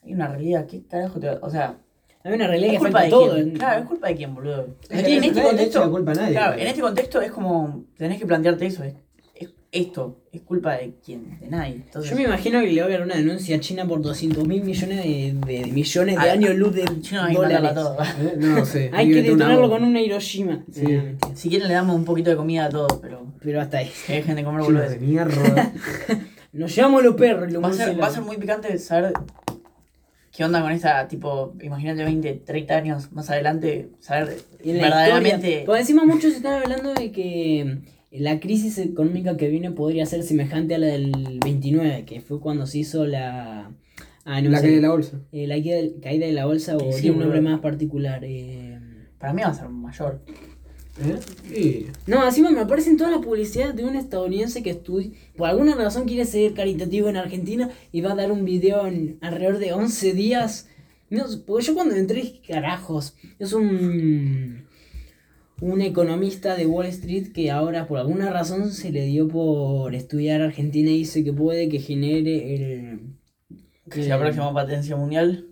hay una realidad, ¿qué carajo te va- O sea, Hay una realidad es que culpa afecta a de todo. quién. en- Claro, es culpa de quién, boludo. Es Aquí, que en nadie le este echa la contexto, culpa a nadie. claro, pero- en este contexto es como, tenés que plantearte eso, es, es- esto, es culpa de quién, de nadie. Entonces, Yo me imagino que le va a haber una denuncia a China por 200 mil millones de, de- de millones de Ah, años luz de Yo no hay que dólares. matarla todo. Eh, No sé. este- Hay que detenerlo con una Hiroshima. Sí. No, mentira. Si quieren le damos un poquito de comida a todos, pero Pero hasta ahí. que dejen de comer Lleno boludeces. de mierda. Nos llevamos los perros y los Va a, ser, va a murciélagos. ser muy picante saber qué onda con esa, tipo, imagínate 20, 30 años más adelante, saber Y en la verdaderamente... historia- Por encima muchos están hablando de que mm, la crisis económica que viene podría ser semejante a la del 29, que fue cuando se hizo la... ah, no La sé, que de la bolsa. eh, la caída- caída de la bolsa o Sí, tiene un boludo. nombre más particular. eh, Para mí va a ser mayor. ¿Eh? Y. No, encima me aparecen todas las publicidades de un estadounidense que estudia, por alguna razón quiere ser caritativo en Argentina y va a dar un video en alrededor de 11 días. No, porque yo cuando entré, dije, carajos, es un, un economista de Wall Street que ahora por alguna razón se le dio por estudiar Argentina y dice que puede que genere el... Si la próxima patencia mundial,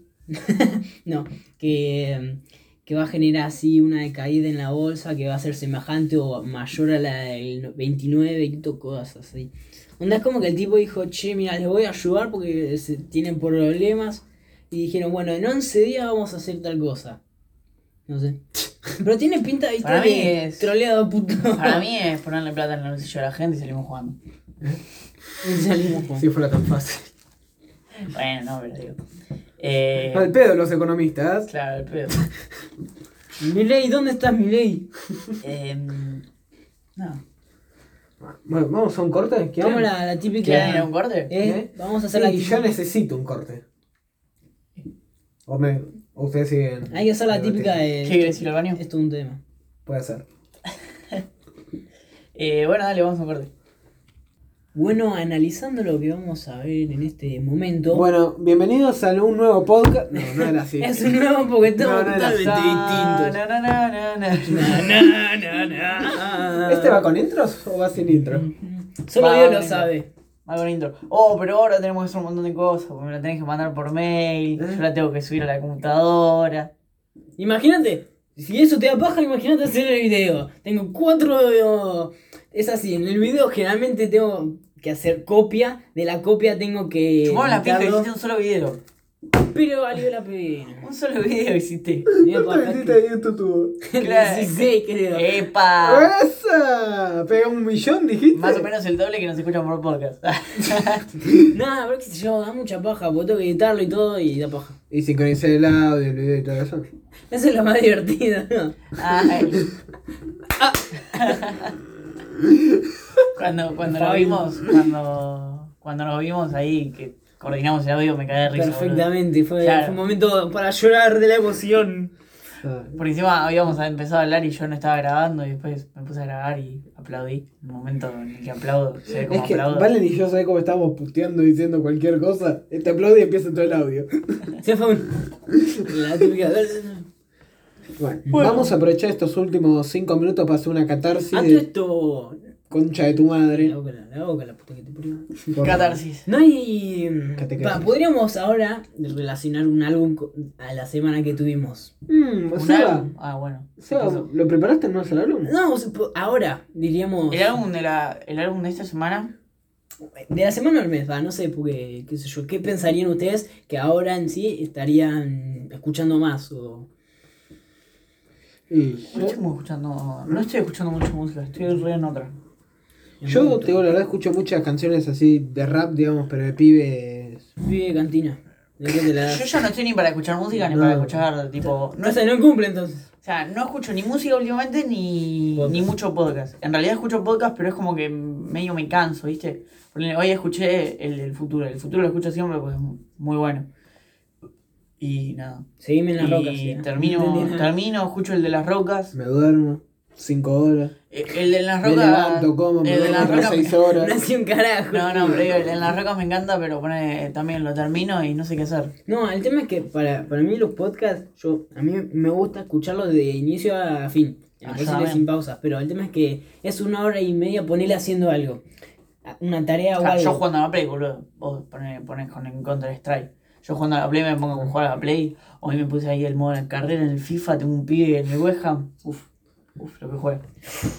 No, que, que va a generar así una decaída en la bolsa que va a ser semejante o mayor a la del 29 y to- cosas así. Onda es como que el tipo dijo, che, mira, les voy a ayudar porque se- tienen problemas. Y dijeron, bueno, en 11 días vamos a hacer tal cosa. No sé. Pero tiene pinta, viste, Para mí de es- troleado puto. para mí es ponerle plata en el bolsillo a la gente y salimos jugando. Y salimos con- Si fuera tan fácil. Bueno, no, pero digo... Eh, Al pedo los economistas. claro, el pedo. Milei, ¿dónde estás, Milei? Eh, no. Bueno, vamos a un corte. ¿Qué Vamos la, la ¿Quieren ir a típica. un corte? eh, ¿Eh? Vamos Sí, a hacer la yo típica. necesito un corte. O me. O ustedes siguen. Hay que hacer la debatiendo. típica ¿Qué de. quieres ir al baño? Esto es un tema. Puede ser. Eh, bueno, dale, vamos a un corte. Bueno, analizando lo que vamos a ver en este momento. Bueno, bienvenidos a un nuevo podcast. No, no era así. es un nuevo Pokémon No, no era totalmente distinto. Na, na, na, na, na. Na, na, na, na. ¿Este va con intros o va sin intro? Solo Va, Dios lo venga. sabe. Más con intro. Oh, pero ahora tenemos que hacer un montón de cosas. Porque me la tenés que mandar por mail. Yo la tengo que subir a la computadora. Imagínate, si eso te da paja, imagínate hacer el video. Tengo cuatro. Es así, en el video generalmente tengo que hacer copia. De la copia tengo que. Chupamos la pija, editarlo, hiciste un solo video. Pero valió la pena. Un solo video hiciste. Me da paja que- en tu tubo? Claro. 16, creo. Eh. ¡Epa! ¡Esa! ¿Pega un millón, dijiste? Ah. Más o menos el doble que nos escuchan por podcast. Nada, pero qué sé yo, da mucha paja, porque tengo que editarlo y todo y da paja. Y sincronizar el audio, el video y todo eso. Eso es lo más divertido, ¿no? Ay. cuando cuando nos Fabi. vimos, cuando, cuando nos vimos ahí, que coordinamos el audio, me caí de risa. boludo. Perfectamente, fue, Claro. fue un momento para llorar de la emoción. Ah, Por encima habíamos empezado a hablar y yo no estaba grabando y después me puse a grabar y aplaudí. En el momento en el que aplaudo, se ve Es como que aplaudo. Valen y yo sabés cómo estábamos puteando diciendo cualquier cosa. Este Te aplaude y empieza todo el audio. Se fue un... La típica... Bueno, Bueno. vamos a aprovechar estos últimos cinco minutos para hacer una catarsis Ah, A Ah, todo de esto. concha de tu La madre. boca, la, la boca, la puta que te parió. Por- Catarsis. No hay. Catequesis. Pa, podríamos ahora relacionar un álbum co- a la semana que tuvimos. Mm, Un Seba, álbum. Ah, bueno. Seba, ¿Qué pasó? ¿lo preparaste no es el álbum? No, se po- ahora diríamos. El álbum de la. El álbum de esta semana. De la semana al mes, va, no sé, porque, qué sé yo, ¿qué pensarían ustedes que ahora en sí estarían escuchando más? O... Y No yo, estamos escuchando. No estoy escuchando mucha música, estoy re en otra. yo, te digo, la verdad, escucho muchas canciones así de rap, digamos, pero de pibes. Vive de cantina. De qué te la das? Yo ya no estoy ni para escuchar música ni No. para escuchar, tipo. No, No sé, no cumple entonces. o sea, no escucho ni música últimamente ni, Podcast. ni mucho podcast. En realidad escucho podcast, pero es como que medio me canso, ¿viste? Ponele, Hoy escuché el del futuro. El futuro lo escucho siempre porque es muy bueno. Y nada. Seguime en las rocas. Y termino, termino, escucho el de las rocas. Me duermo cinco horas. Eh, El de las Me rocas. levanto, como, eh, me el de duermo las otras rocas. seis horas. No hacía un carajo. No, no, pero digo, el de las rocas me encanta, pero pone, eh, también lo termino y no sé qué hacer. No, el tema es que para, para mí los podcasts, yo a mí me gusta escucharlos de inicio a fin, en Ah, posible ya, bien. sin pausas, pero el tema es que es una hora y media ponerle haciendo algo, a- una tarea O o sea, algo. Ah, yo jugando a la Play, boludo. Vos ponés, ponés con en Counter Strike. Yo jugando a la Play me pongo a jugar a la Play. Hoy me puse ahí el modo de carrera en el FIFA, tengo un pibe en el West Ham. Uf, uf, lo que juega.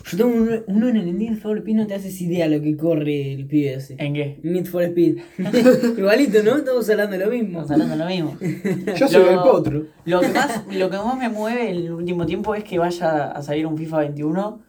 Yo tengo uno, uno en el Need for Speed, no te haces idea lo que corre el pibe ese. ¿En qué? Need for Speed. Igualito, ¿no? Estamos hablando de lo mismo. Estamos hablando de lo mismo. Yo soy Lo- el potro. Lo que, más, lo que más me mueve el último tiempo es que vaya a salir un FIFA 21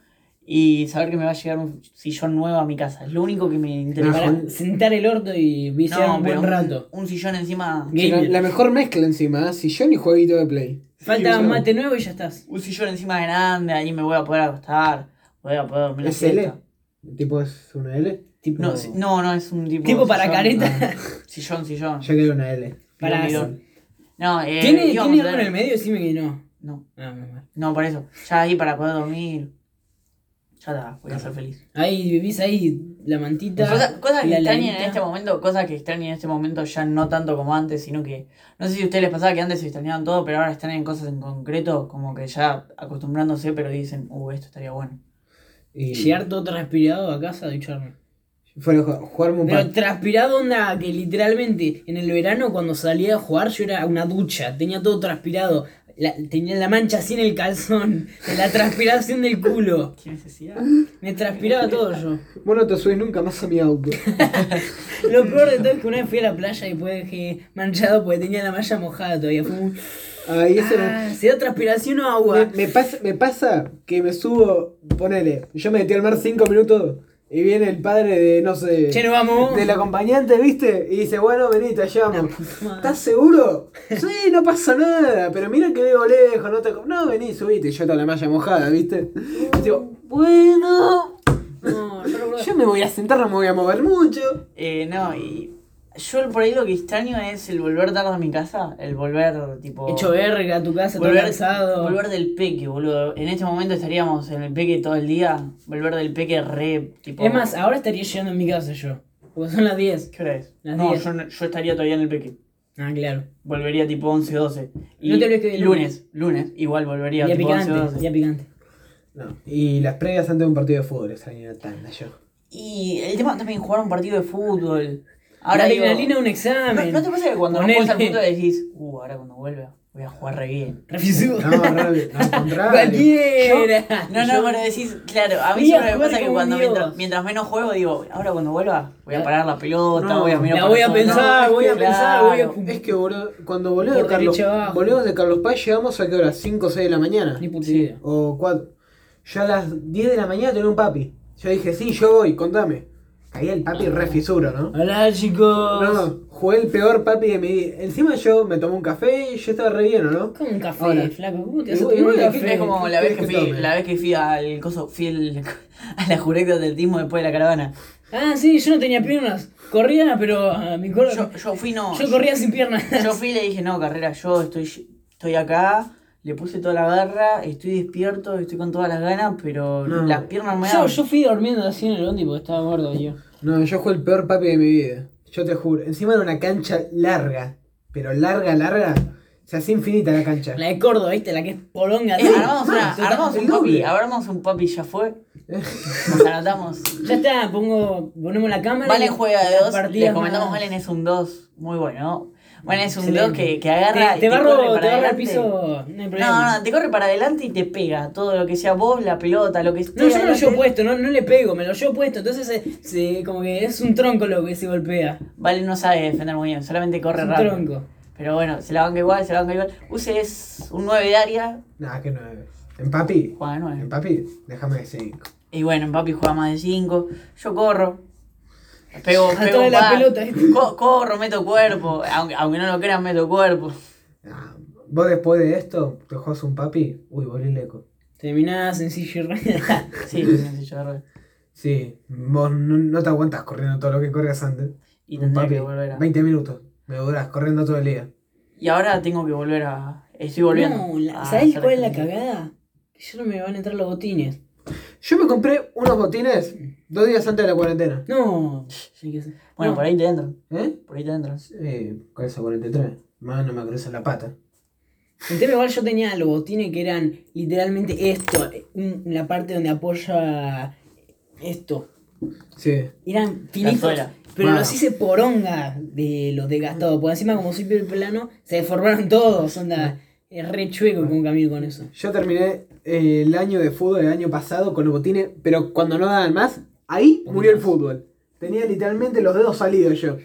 y saber que me va a llegar un sillón nuevo a mi casa. Es lo único que me interesa. Ajá. Para sentar el orto y viciar un buen un- rato. Un, sillón encima. Sí, La, Gamer. la mejor mezcla encima, ¿eh? sillón y jueguito de play. Falta sí. mate nuevo y ya estás. Un sillón encima grande, ahí me voy a poder acostar. Voy a poder dormir la ¿Es L? siesta. ¿El tipo es una L? Tipo, No, si- no, no, es un tipo. tipo para sillón. careta. Sillón, sillón. Ya quedó una L. Para- Pido, pido. No, eh, ¿Tiene, íbamos ¿tiene a algo tener- en el medio? Decime que no. No, Ah, menos mal. no, por eso. Ya ahí para poder dormir. Ya está, voy a ser feliz. Ahí vivís ahí la mantita. Cosa- cosas que la extrañen en lamita. este momento, cosas que extrañen en este momento ya no tanto como antes, sino que no sé si a ustedes les pasaba que antes se extrañaban todo, pero ahora están en cosas en concreto, como que ya acostumbrándose, pero dicen, uh, esto estaría bueno. Y Llegar todo transpirado a casa de charme. Fuera a jugar- jugarme un Pero par. transpirado onda que literalmente en el verano cuando salía a jugar yo era una ducha, tenía todo transpirado, la- tenía la mancha así en el calzón, de la transpiración del culo. ¿Qué necesidad? Me transpiraba todo yo. Vos no te subís nunca más a mi auto. Lo peor de todo es que una vez fui a la playa y después dejé manchado porque tenía la malla mojada todavía. Fue Ah. un- Ahí eso no- Ah, se da transpiración o me, agua. me pasa, me pasa que me subo, ponele, yo me metí al mar cinco minutos y viene el padre de, no sé, Che, no vamos. del acompañante, ¿viste? Y dice, bueno, vení, te llamo. madre. ¿Estás seguro? Sí, no pasa nada, pero mira que veo lejos, no te... acom- No, vení, subite, yo toda la malla mojada, ¿viste? Y digo, bueno, No, yo no puedo. yo me voy a sentar, no me voy a mover mucho. Eh, no, y yo por ahí lo que extraño es el volver tarde a mi casa, el volver tipo... Hecho verga, tu casa, todo volver, cansado. volver del peque, boludo. En este momento estaríamos en el peque todo el día, volver del peque re tipo... Es más, ahora estaría llegando a mi casa yo. Porque son las 10. ¿Qué hora es? Las No, diez. yo, no- yo estaría todavía en el peque. Ah, claro. Volvería tipo 11, 12. Y No te olvides que hoy es lunes, lunes, igual volvería Día tipo 11, picante, 12. día picante. No, y las previas antes de un partido de fútbol, esa niña tanda yo. Y el tema también jugar un partido de fútbol. Ahora Ahora la digo, adrenalina es un ¿no, examen. no te pasa que cuando no Ponele. juegas al fútbol decís, uh, ahora cuando vuelva voy a jugar re bien? Refisú. No, Rabi, no, al contrario. Cualquiera. No, no, pero decís, claro, a mí Voy a siempre me jugar pasa que como cuando un dios. mientras, mientras menos juego digo, ahora cuando vuelva voy a parar la pelota, No, voy a mirar La para voy a todos pensar, lados". voy a Claro. pensar, voy a Es que boludo, cuando volvemos Por de Carlos, derecha abajo. volvemos de Carlos Paz llegamos a qué hora? 5 o 6 de la mañana. Ni puta idea. O 4. Yo a las 10 de la mañana tenía un papi. Yo dije, sí, yo voy, contame. Caía el papi re fisura, ¿no? Hola chicos. No, jugué el peor papi de mi vida. Encima yo me tomé un café y yo estaba re bien, ¿o ¿no? Como un café, Ahora. flaco. ¿Cómo te vas a Y tomar voy un a que- café? Es como la vez que ¿Qué fui, tome? la vez que fui al coso, fui al- a la jureta de atletismo después de la caravana. Ah, sí, yo no tenía piernas. Corría, pero ah, mi cuerpo. Yo, Yo, yo fui no. corría sin piernas. Yo fui y le dije, no, carrera, yo estoy, estoy acá, le puse toda la garra, estoy despierto, estoy con todas las ganas, pero No. las piernas me Yo, dan. yo fui durmiendo así en el bondi porque estaba gordo yo. No, yo jugué el peor papi de mi vida. Yo te juro. Encima era una cancha larga. Pero larga, larga. se hace infinita la cancha. La de Córdoba, ¿viste? La que es Ah, polonga. Eh, armamos no, una- ya está, armamos el un papi, doble. armamos un papi, ya fue. Nos anotamos. Ya está, pongo, ponemos la cámara. Valen juega de las dos, partidas les comentamos, más. Valen es un 2, muy bueno. Valen es un Excelente. 2 que, que agarra. Te, y te barro, corre para te barro el adelante. piso. No hay No, problema. no, te corre para adelante y te pega todo lo que sea vos, la pelota, lo que esté. No, yo me lo adelante. llevo puesto, no, no le pego, me lo llevo puesto. Entonces, se, se- como que es un tronco lo que se golpea. Valen no sabe defender muy bien, solamente corre Es un rápido. tronco. Pero bueno, se la banca igual, se la banca igual. Use es un 9 de área, Nada, que nueve. En papi, juega de en 9. papi, déjame de cinco. Y bueno, papi juega más de 5. Yo corro. Pego, Atrás pego de la un par. pelota, ¿viste? Co- corro, meto cuerpo. Aunque, aunque no lo crean, meto cuerpo. Ah, vos después de esto, te juegas un papi, uy, volví leco. Terminás en silla y rueda. Sí, sí, sencillo de ruedas. Sí, vos no, no te aguantas corriendo todo lo que corrías antes. Y Un tendré papi, que volver a. 20 minutos, me durás corriendo todo el día. Y ahora tengo que volver a. Estoy volviendo. Ah, No, a la- ¿sabés hacer cuál es la ejercicio. cagada? Que ya no me van a entrar los botines. Yo me compré unos botines dos días antes de la cuarentena. No. Sí que sé. Bueno, pues No. por ahí te entran. ¿Eh? Por ahí te entran. Eh, calza 43. Más no me cruza la pata. En tema igual yo tenía los botines que eran literalmente esto, eh, un- la parte donde apoya esto. Sí. Eran finitos, suela. pero Wow. los hice poronga de los desgastados. Por encima, como soy plano, se deformaron todos. Ah. Onda, es re chueco con camino con eso. Yo terminé eh, el año de fútbol el año pasado con los botines, pero cuando no daban más, ahí murió el fútbol. Tenía literalmente los dedos salidos yo.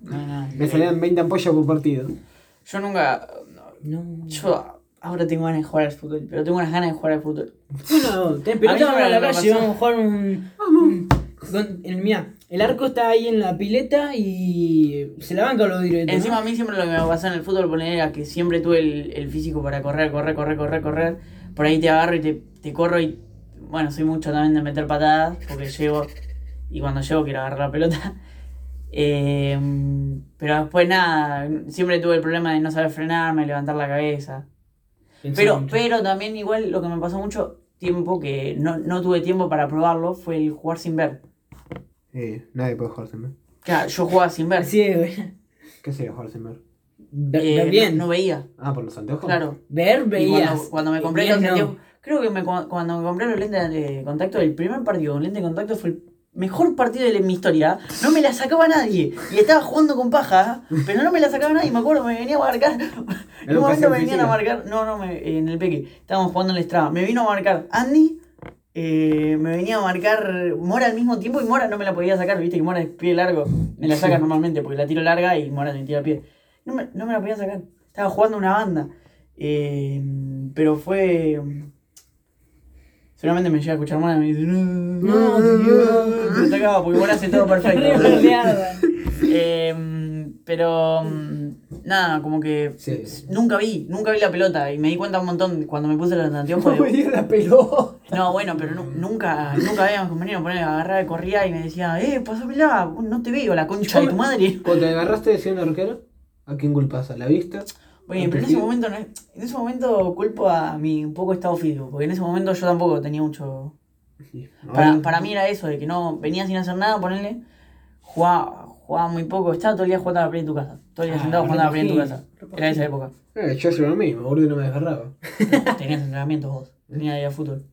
No, no. Me salían 20 ampollas por partido. Yo nunca. no, No. Yo ahora tengo ganas de jugar al fútbol, pero tengo unas ganas de jugar al fútbol. Bueno, tenés pelota, A mí vamos a la me calle, pasó. vamos a jugar un. un- con- el, mirá, el arco está ahí en la pileta y se la banca los directos. Encima a mí siempre lo que me pasó en el fútbol poner era que siempre tuve el, el físico para correr, correr, correr, correr, correr. Por ahí te agarro y te, te corro y bueno, soy mucho también de meter patadas porque llego y cuando llego quiero agarrar la pelota. Eh, pero después nada, siempre tuve el problema de no saber frenarme, levantar la cabeza. Pero, pero también igual lo que me pasó mucho tiempo que no, no tuve tiempo para probarlo fue el jugar sin ver. Eh, nadie puede jugar sin ver. Claro, yo jugaba sin ver. Así es, güey. ¿Qué sería jugar sin ver? Ver, Eh, ver bien. No, no veía, Ah, por los anteojos. claro. Ver Y veías. cuando, cuando me compré Bien, los no. anteojos- creo que me cu- cuando me compré los lentes de contacto, el primer partido con lentes de contacto fue el mejor partido de mi historia. No me la sacaba nadie. Y estaba jugando con paja, pero no me la sacaba nadie. Me acuerdo, me venía a marcar. En un momento Educación me venían a física. marcar. No, no, me- en el peque. Estábamos jugando en el Strava. Me vino a marcar Andy. eh, me venía a marcar Mora al mismo tiempo y Mora no me la podía sacar, viste que Mora es pie largo, me la saca normalmente porque la tiro larga y Mora me tira pie. No me, no me la podía sacar, estaba jugando una banda. Eh, pero fue. Seguramente me llega a escuchar Mora y me dice. No, no, me atacaba porque Mora hace todo Re perfecto. verdeada. Eh, pero mm, nada, como que Sí. nunca vi, nunca vi la pelota y me di cuenta un montón cuando me puse los anteojos. No digo, me dio la pelota. No, bueno, pero nu- nunca, nunca veía a mis compañeros poner, agarrar, corría y me decía, eh, pasámela, no te veo, la concha de tu madre. Cuando te agarraste de ser un arquero, ¿a quién culpas? ¿A la vista? Bueno, pero en ese momento no es- en ese momento culpo a mi poco estado físico, porque en ese momento yo tampoco tenía mucho. Para, para mí era eso, de que no venía sin hacer nada, ponerle, jugaba, jugaba muy poco, estaba todo el día jugando a la play en tu casa, todo el día Ah, sentado jugando a la play en tu repajín, casa. Era esa época. Eh, yo hacía lo mismo, boludo, y no me desgarraba. Tenías entrenamientos vos. Tenía de ir a fútbol.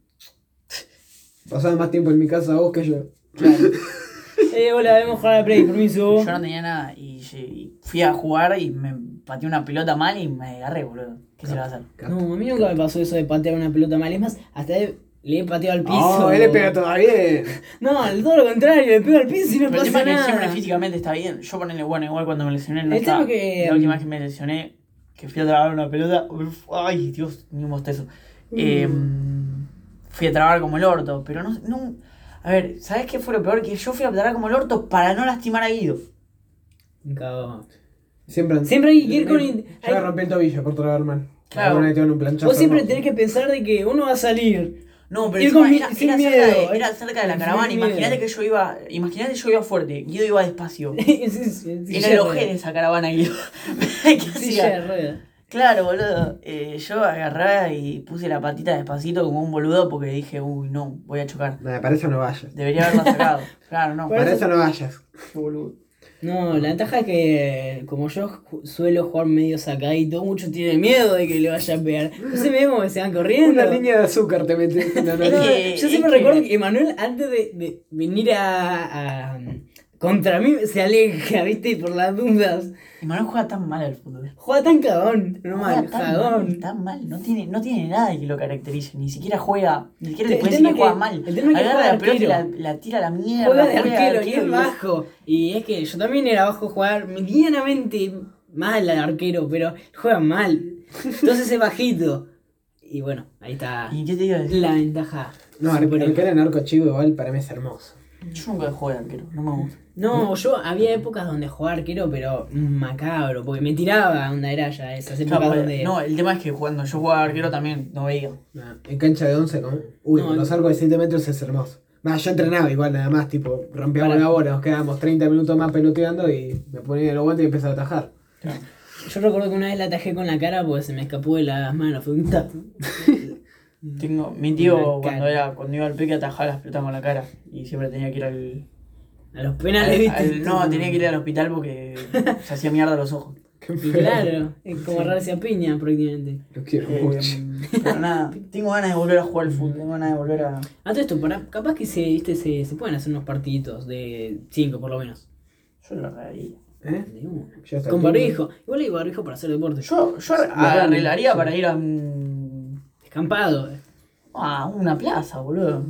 Pasaba más tiempo en mi casa vos que yo. Eh, hola, debemos jugar a play, permiso. Yo no tenía nada y, y fui a jugar y me pateé una pelota mal y me agarré, boludo. ¿Qué se le va a hacer? No, a mí nunca me pasó eso de patear una pelota mal. Es más, hasta he- le he pateado al piso. Oh, él le pega todavía. No, al todo lo contrario, le pego al piso y no Pero el tema pasa es que siempre nada. físicamente está bien. Yo ponele bueno igual cuando me lesioné no El tema estaba. que- mm, La última vez que me lesioné, que fui a trabar una pelota. uf, ay, Dios, ni un bostezo. Mm. Eh, fui a trabar como el orto, pero no, no. A ver, ¿sabes qué fue lo peor? Que yo fui a trabar como el orto para no lastimar a Guido. Cagón. Siempre, Siempre hay que ir con in- Yo me hay- rompí el tobillo por trabajar mal. Claro. Una vez te dan un planchazo. Vos siempre hermoso. tenés que pensar de que uno va a salir. No, pero Ir encima con mi- era, sin era miedo, cerca de, eh. era cerca de la Sin caravana. miedo. Imagínate que yo iba. Imagínate yo iba fuerte, Guido iba despacio. Es- es- es- Era silla el de ojete ruedas. esa caravana, Guido. ¿Qué Silla hacía? de ruedas. Claro, boludo. Eh, yo agarré y puse la patita despacito como un boludo porque dije, uy, no, voy a chocar. Nah, para eso no vayas. Debería haberla sacado. claro, no. Por Para eso- eso no vayas. Boludo. No, la ventaja es que como yo ju- suelo jugar medio sacadito, muchos tienen miedo de que le vaya a pegar. Entonces me ven como que se van corriendo. Una línea de azúcar te metes en la No, Es nariz. que- yo siempre es que- recuerdo que Emanuel antes de, de venir a, a- contra mí se aleja, viste, por las dudas. Emanuel juega tan mal al fútbol. Juega tan cagón, no Juega mal, tan mal, cagón. tan mal. No tiene, no tiene nada que lo caracterice. Ni siquiera juega. Ni siquiera le El puede tema decir que es juega que- mal. el tema es que Agarra juega la pelota y la, arquero. la tira a la mierda. Juega de arquero y arquero es bajo. Y es que yo también era bajo jugar medianamente mal al arquero, pero juega mal. Entonces es bajito. Y bueno, ahí está ¿Y qué te digo? la ventaja. No, Super- el que era narco chivo igual para mí es hermoso. Yo nunca jugué de arquero. No me gusta. No, yo había épocas donde jugaba arquero, pero macabro, porque me tiraba onda era ya esas épocas Claro, donde. pues, No, el tema es que cuando yo jugaba de arquero también no veía. Nah, En cancha de 11, ¿no? Uy, No, con los no. arcos de 7 metros es hermoso. Va, yo entrenaba igual nada más, tipo, rompíamos Para- la bola, nos quedábamos 30 minutos más peloteando y me ponía los guantes y empezaba a atajar. Yo recuerdo que una vez la atajé con la cara porque se me escapó de las manos. Fue un tap. Tengo, mi tío Una cuando cara. era cuando iba al pique atajaba las pelotas con la cara y siempre tenía que ir al, A los penales, al- viste. al- no, tenía que ir al hospital porque se hacía mierda los ojos. Qué Y feo. Claro, es como agarrarse a piña prácticamente. Lo quiero Eh, mucho. pero nada, tengo ganas de volver a jugar al fútbol, tengo ganas de volver a A todo esto, para, capaz que se, viste, se, se pueden hacer unos partiditos de 5 por lo menos. yo lo arreglaría. ¿Eh? De una. Ya está. Con barbijo. Igual hay barbijo para hacer deporte. Yo yo claro, arreglaría sí. para ir a un- Escampado. Ah, a una plaza, boludo.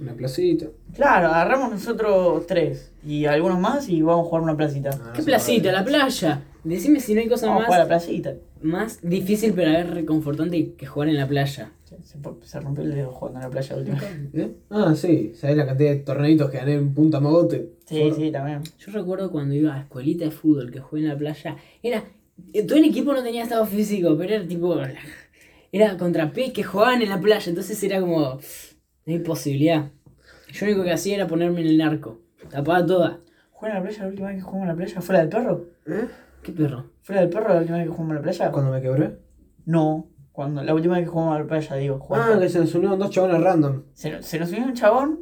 Una placita. Claro, agarramos nosotros tres y algunos más y vamos a jugar una placita. Ah, ¿Qué sí, placita? vale. La playa. Decime si no hay cosa Vamos a jugar a la más, placita. más difícil pero a ver reconfortante que jugar en la playa. Se, se- se rompió el dedo jugando a la playa la última. vez. ¿Eh? Ah, sí. ¿Sabés la cantidad de torneitos que gané en Punta Mogote? Sí, sí, también. Yo recuerdo cuando iba a escuelita de fútbol que jugué en la playa, era. eh, Todo el equipo no tenía estado físico, pero era tipo. Era contra pies que jugaban en la playa, entonces era como. No hay posibilidad. Yo lo único que hacía era ponerme en el arco. Tapaba toda. ¿Jugué en la playa la última vez que jugamos a la playa? ¿Fuera del perro? ¿Qué perro? ¿Fuera del perro la última vez que jugamos a la playa? ¿Cuándo Ah, me quebré? No, cuando la última vez que jugamos a la playa, digo, Ah, jugamos. que se nos unieron dos chabones random. se, nos- se nos unió un chabón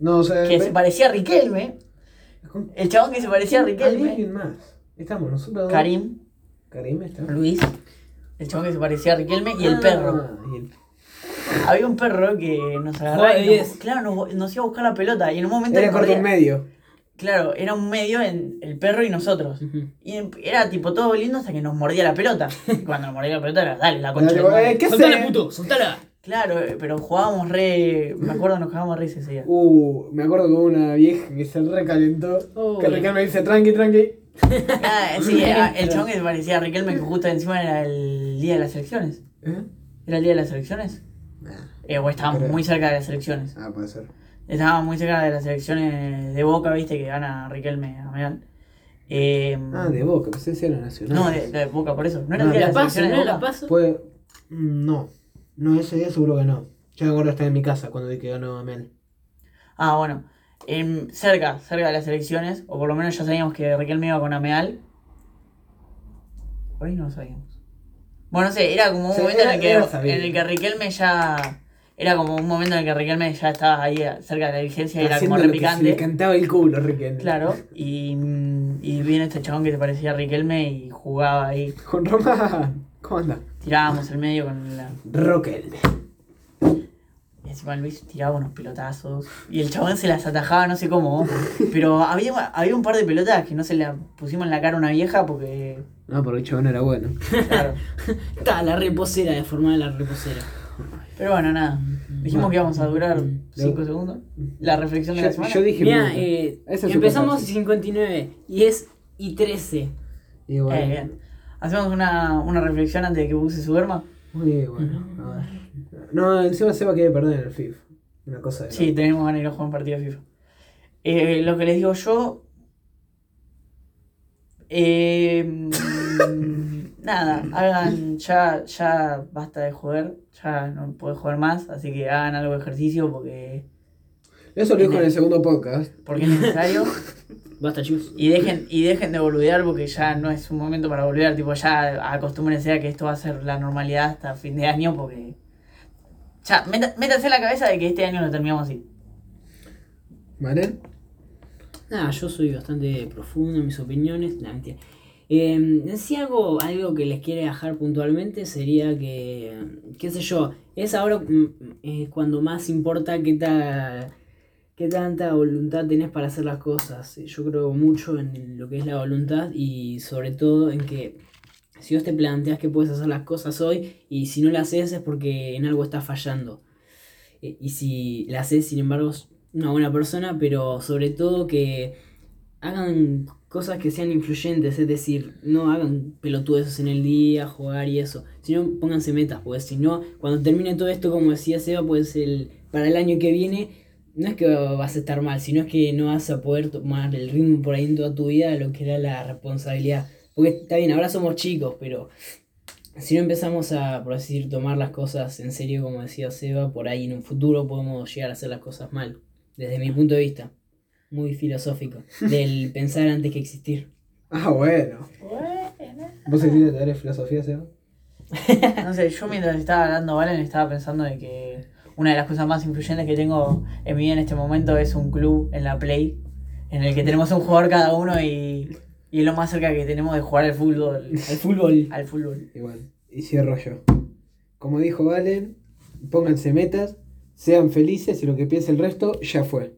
No, o sea, que ve- se parecía a Riquelme. con- El chabón que se parecía a Riquelme. alguien más. Estamos nosotros dos. Karim, Karim está. Luis. El chabón que se parecía a Riquelme y el perro. Ah, y el- Había un perro que nos Jugaba agarraba de y nos, 10. claro, nos, nos iba a buscar la pelota y en un momento... Era nos corto en corría- medio. Claro, era un medio en el perro y nosotros. Ujú. Y en- era tipo todo lindo hasta que nos mordía la pelota. Y cuando nos mordía la pelota era, dale, la concha. de Dale, tu madre". eh, ¿Qué ¡Soltala, sé? puto! ¡Soltala! Claro, eh, pero jugábamos re. Me acuerdo, nos cagábamos re ese día. Uh, me acuerdo que hubo una vieja que se recalentó. Oh. que Ricardo me dice, tranqui, tranqui. Ah, sí, era el chabón que se parecía a Riquelme, que justo encima era el día de las elecciones. ¿Eh? ¿Era el día de las elecciones? Eh, o estábamos Creo. muy cerca de las elecciones. Ah, puede ser. Estábamos muy cerca de las elecciones de Boca, viste, que gana Riquelme a Meal. Eh, Ah, de boca, pensé que era nacional. no, de, de Boca, por eso. No era el No, día de Ah, La las paso, elecciones ¿no? de La Boca. paso. Puede. mm, No. No, ese día seguro que no. Yo me acuerdo estar en mi casa cuando vi que ganó Amel. Ah, bueno. Em, cerca, cerca de las elecciones, o por lo menos ya sabíamos que Riquelme iba con Ameal. Por ahí no lo sabíamos. Bueno, no sé, era como un Sí, momento era- en, el que, era sabido. en el que Riquelme ya. Era como un momento en el que Riquelme ya estaba ahí eh, cerca de la dirigencia y era como Haciendo lo que se le repicante. cantaba el culo, Riquelme. Claro, y, mm, y viene este chabón que se parecía a Riquelme y jugaba ahí. Con Román. ¿Cómo anda? Tirábamos el medio con la. Roquelme. Y encima Luis tiraba unos pelotazos. Y el chabón se las atajaba, no sé cómo. Pero había, había un par de pelotas que no se la pusimos en la cara a una vieja porque. No, porque el chabón era bueno. Claro. Está, la reposera, deformada la reposera. Pero bueno, nada. Dijimos que íbamos a durar 5 segundos. La reflexión de la Yo, semana. yo dije. Mira, minuto. eh, Ese es su empezamos contrato. 59 y es y 13. Y bueno. Eh, bien. Hacemos una, una reflexión antes de que Buse su verma. Muy bueno. A ver. No, encima Seba quiere perder en el FIFA. Una cosa de. Sí, tenemos ganas de ir a jugar un partido de FIFA. Eh, lo que les digo yo. eh, mm, nada, hagan. Ya, ya basta de jugar. Ya no puedo jugar más. Así que hagan algo de ejercicio porque, Eso lo dijo en el segundo podcast. porque es necesario. Basta, chicos. Y dejen, y dejen de boludear porque ya no es un momento para boludear. Tipo, ya acostúmbrense a que esto va a ser la normalidad hasta fin de año porque. Ya, meta- métanse en la cabeza de que este año lo terminamos así. ¿Vale? Nada, yo soy bastante profundo en mis opiniones. Nah, mentira. Eh, si hago algo que les quiere dejar puntualmente sería que, qué sé yo, es ahora mm, eh, cuando más importa qué, ta- qué tanta voluntad tenés para hacer las cosas. Yo creo mucho en lo que es la voluntad y sobre todo en que si vos te planteas que puedes hacer las cosas hoy y si no las haces es porque en algo estás fallando. Eh, Y si las haces, sin embargo, es una buena persona, pero sobre todo que hagan cosas que sean influyentes, es decir, no hagan pelotudeces en el día, jugar y eso, sino pónganse metas, porque si no, cuando termine todo esto, como decía Seba, pues el, para el año que viene, no es que vas a estar mal, sino es que no vas a poder tomar el ritmo por ahí en toda tu vida, lo que era la responsabilidad. Porque está bien, ahora somos chicos, pero si no empezamos a, por así decir, tomar las cosas en serio, como decía Seba, por ahí en un futuro podemos llegar a hacer las cosas mal, desde mi punto de vista muy filosófico del pensar antes que existir. Ah, bueno. ¿Vos sentiste tener filosofía, Seba? No sé, yo mientras estaba hablando Valen estaba pensando de que una de las cosas más influyentes que tengo en mi vida en este momento es un club en la Play, en el que tenemos un jugador cada uno y, y es lo más cerca que tenemos de jugar al fútbol. Al fútbol. Al fútbol. Igual. Y cierro yo. Como dijo Valen, pónganse metas, sean felices y lo que piense el resto ya fue.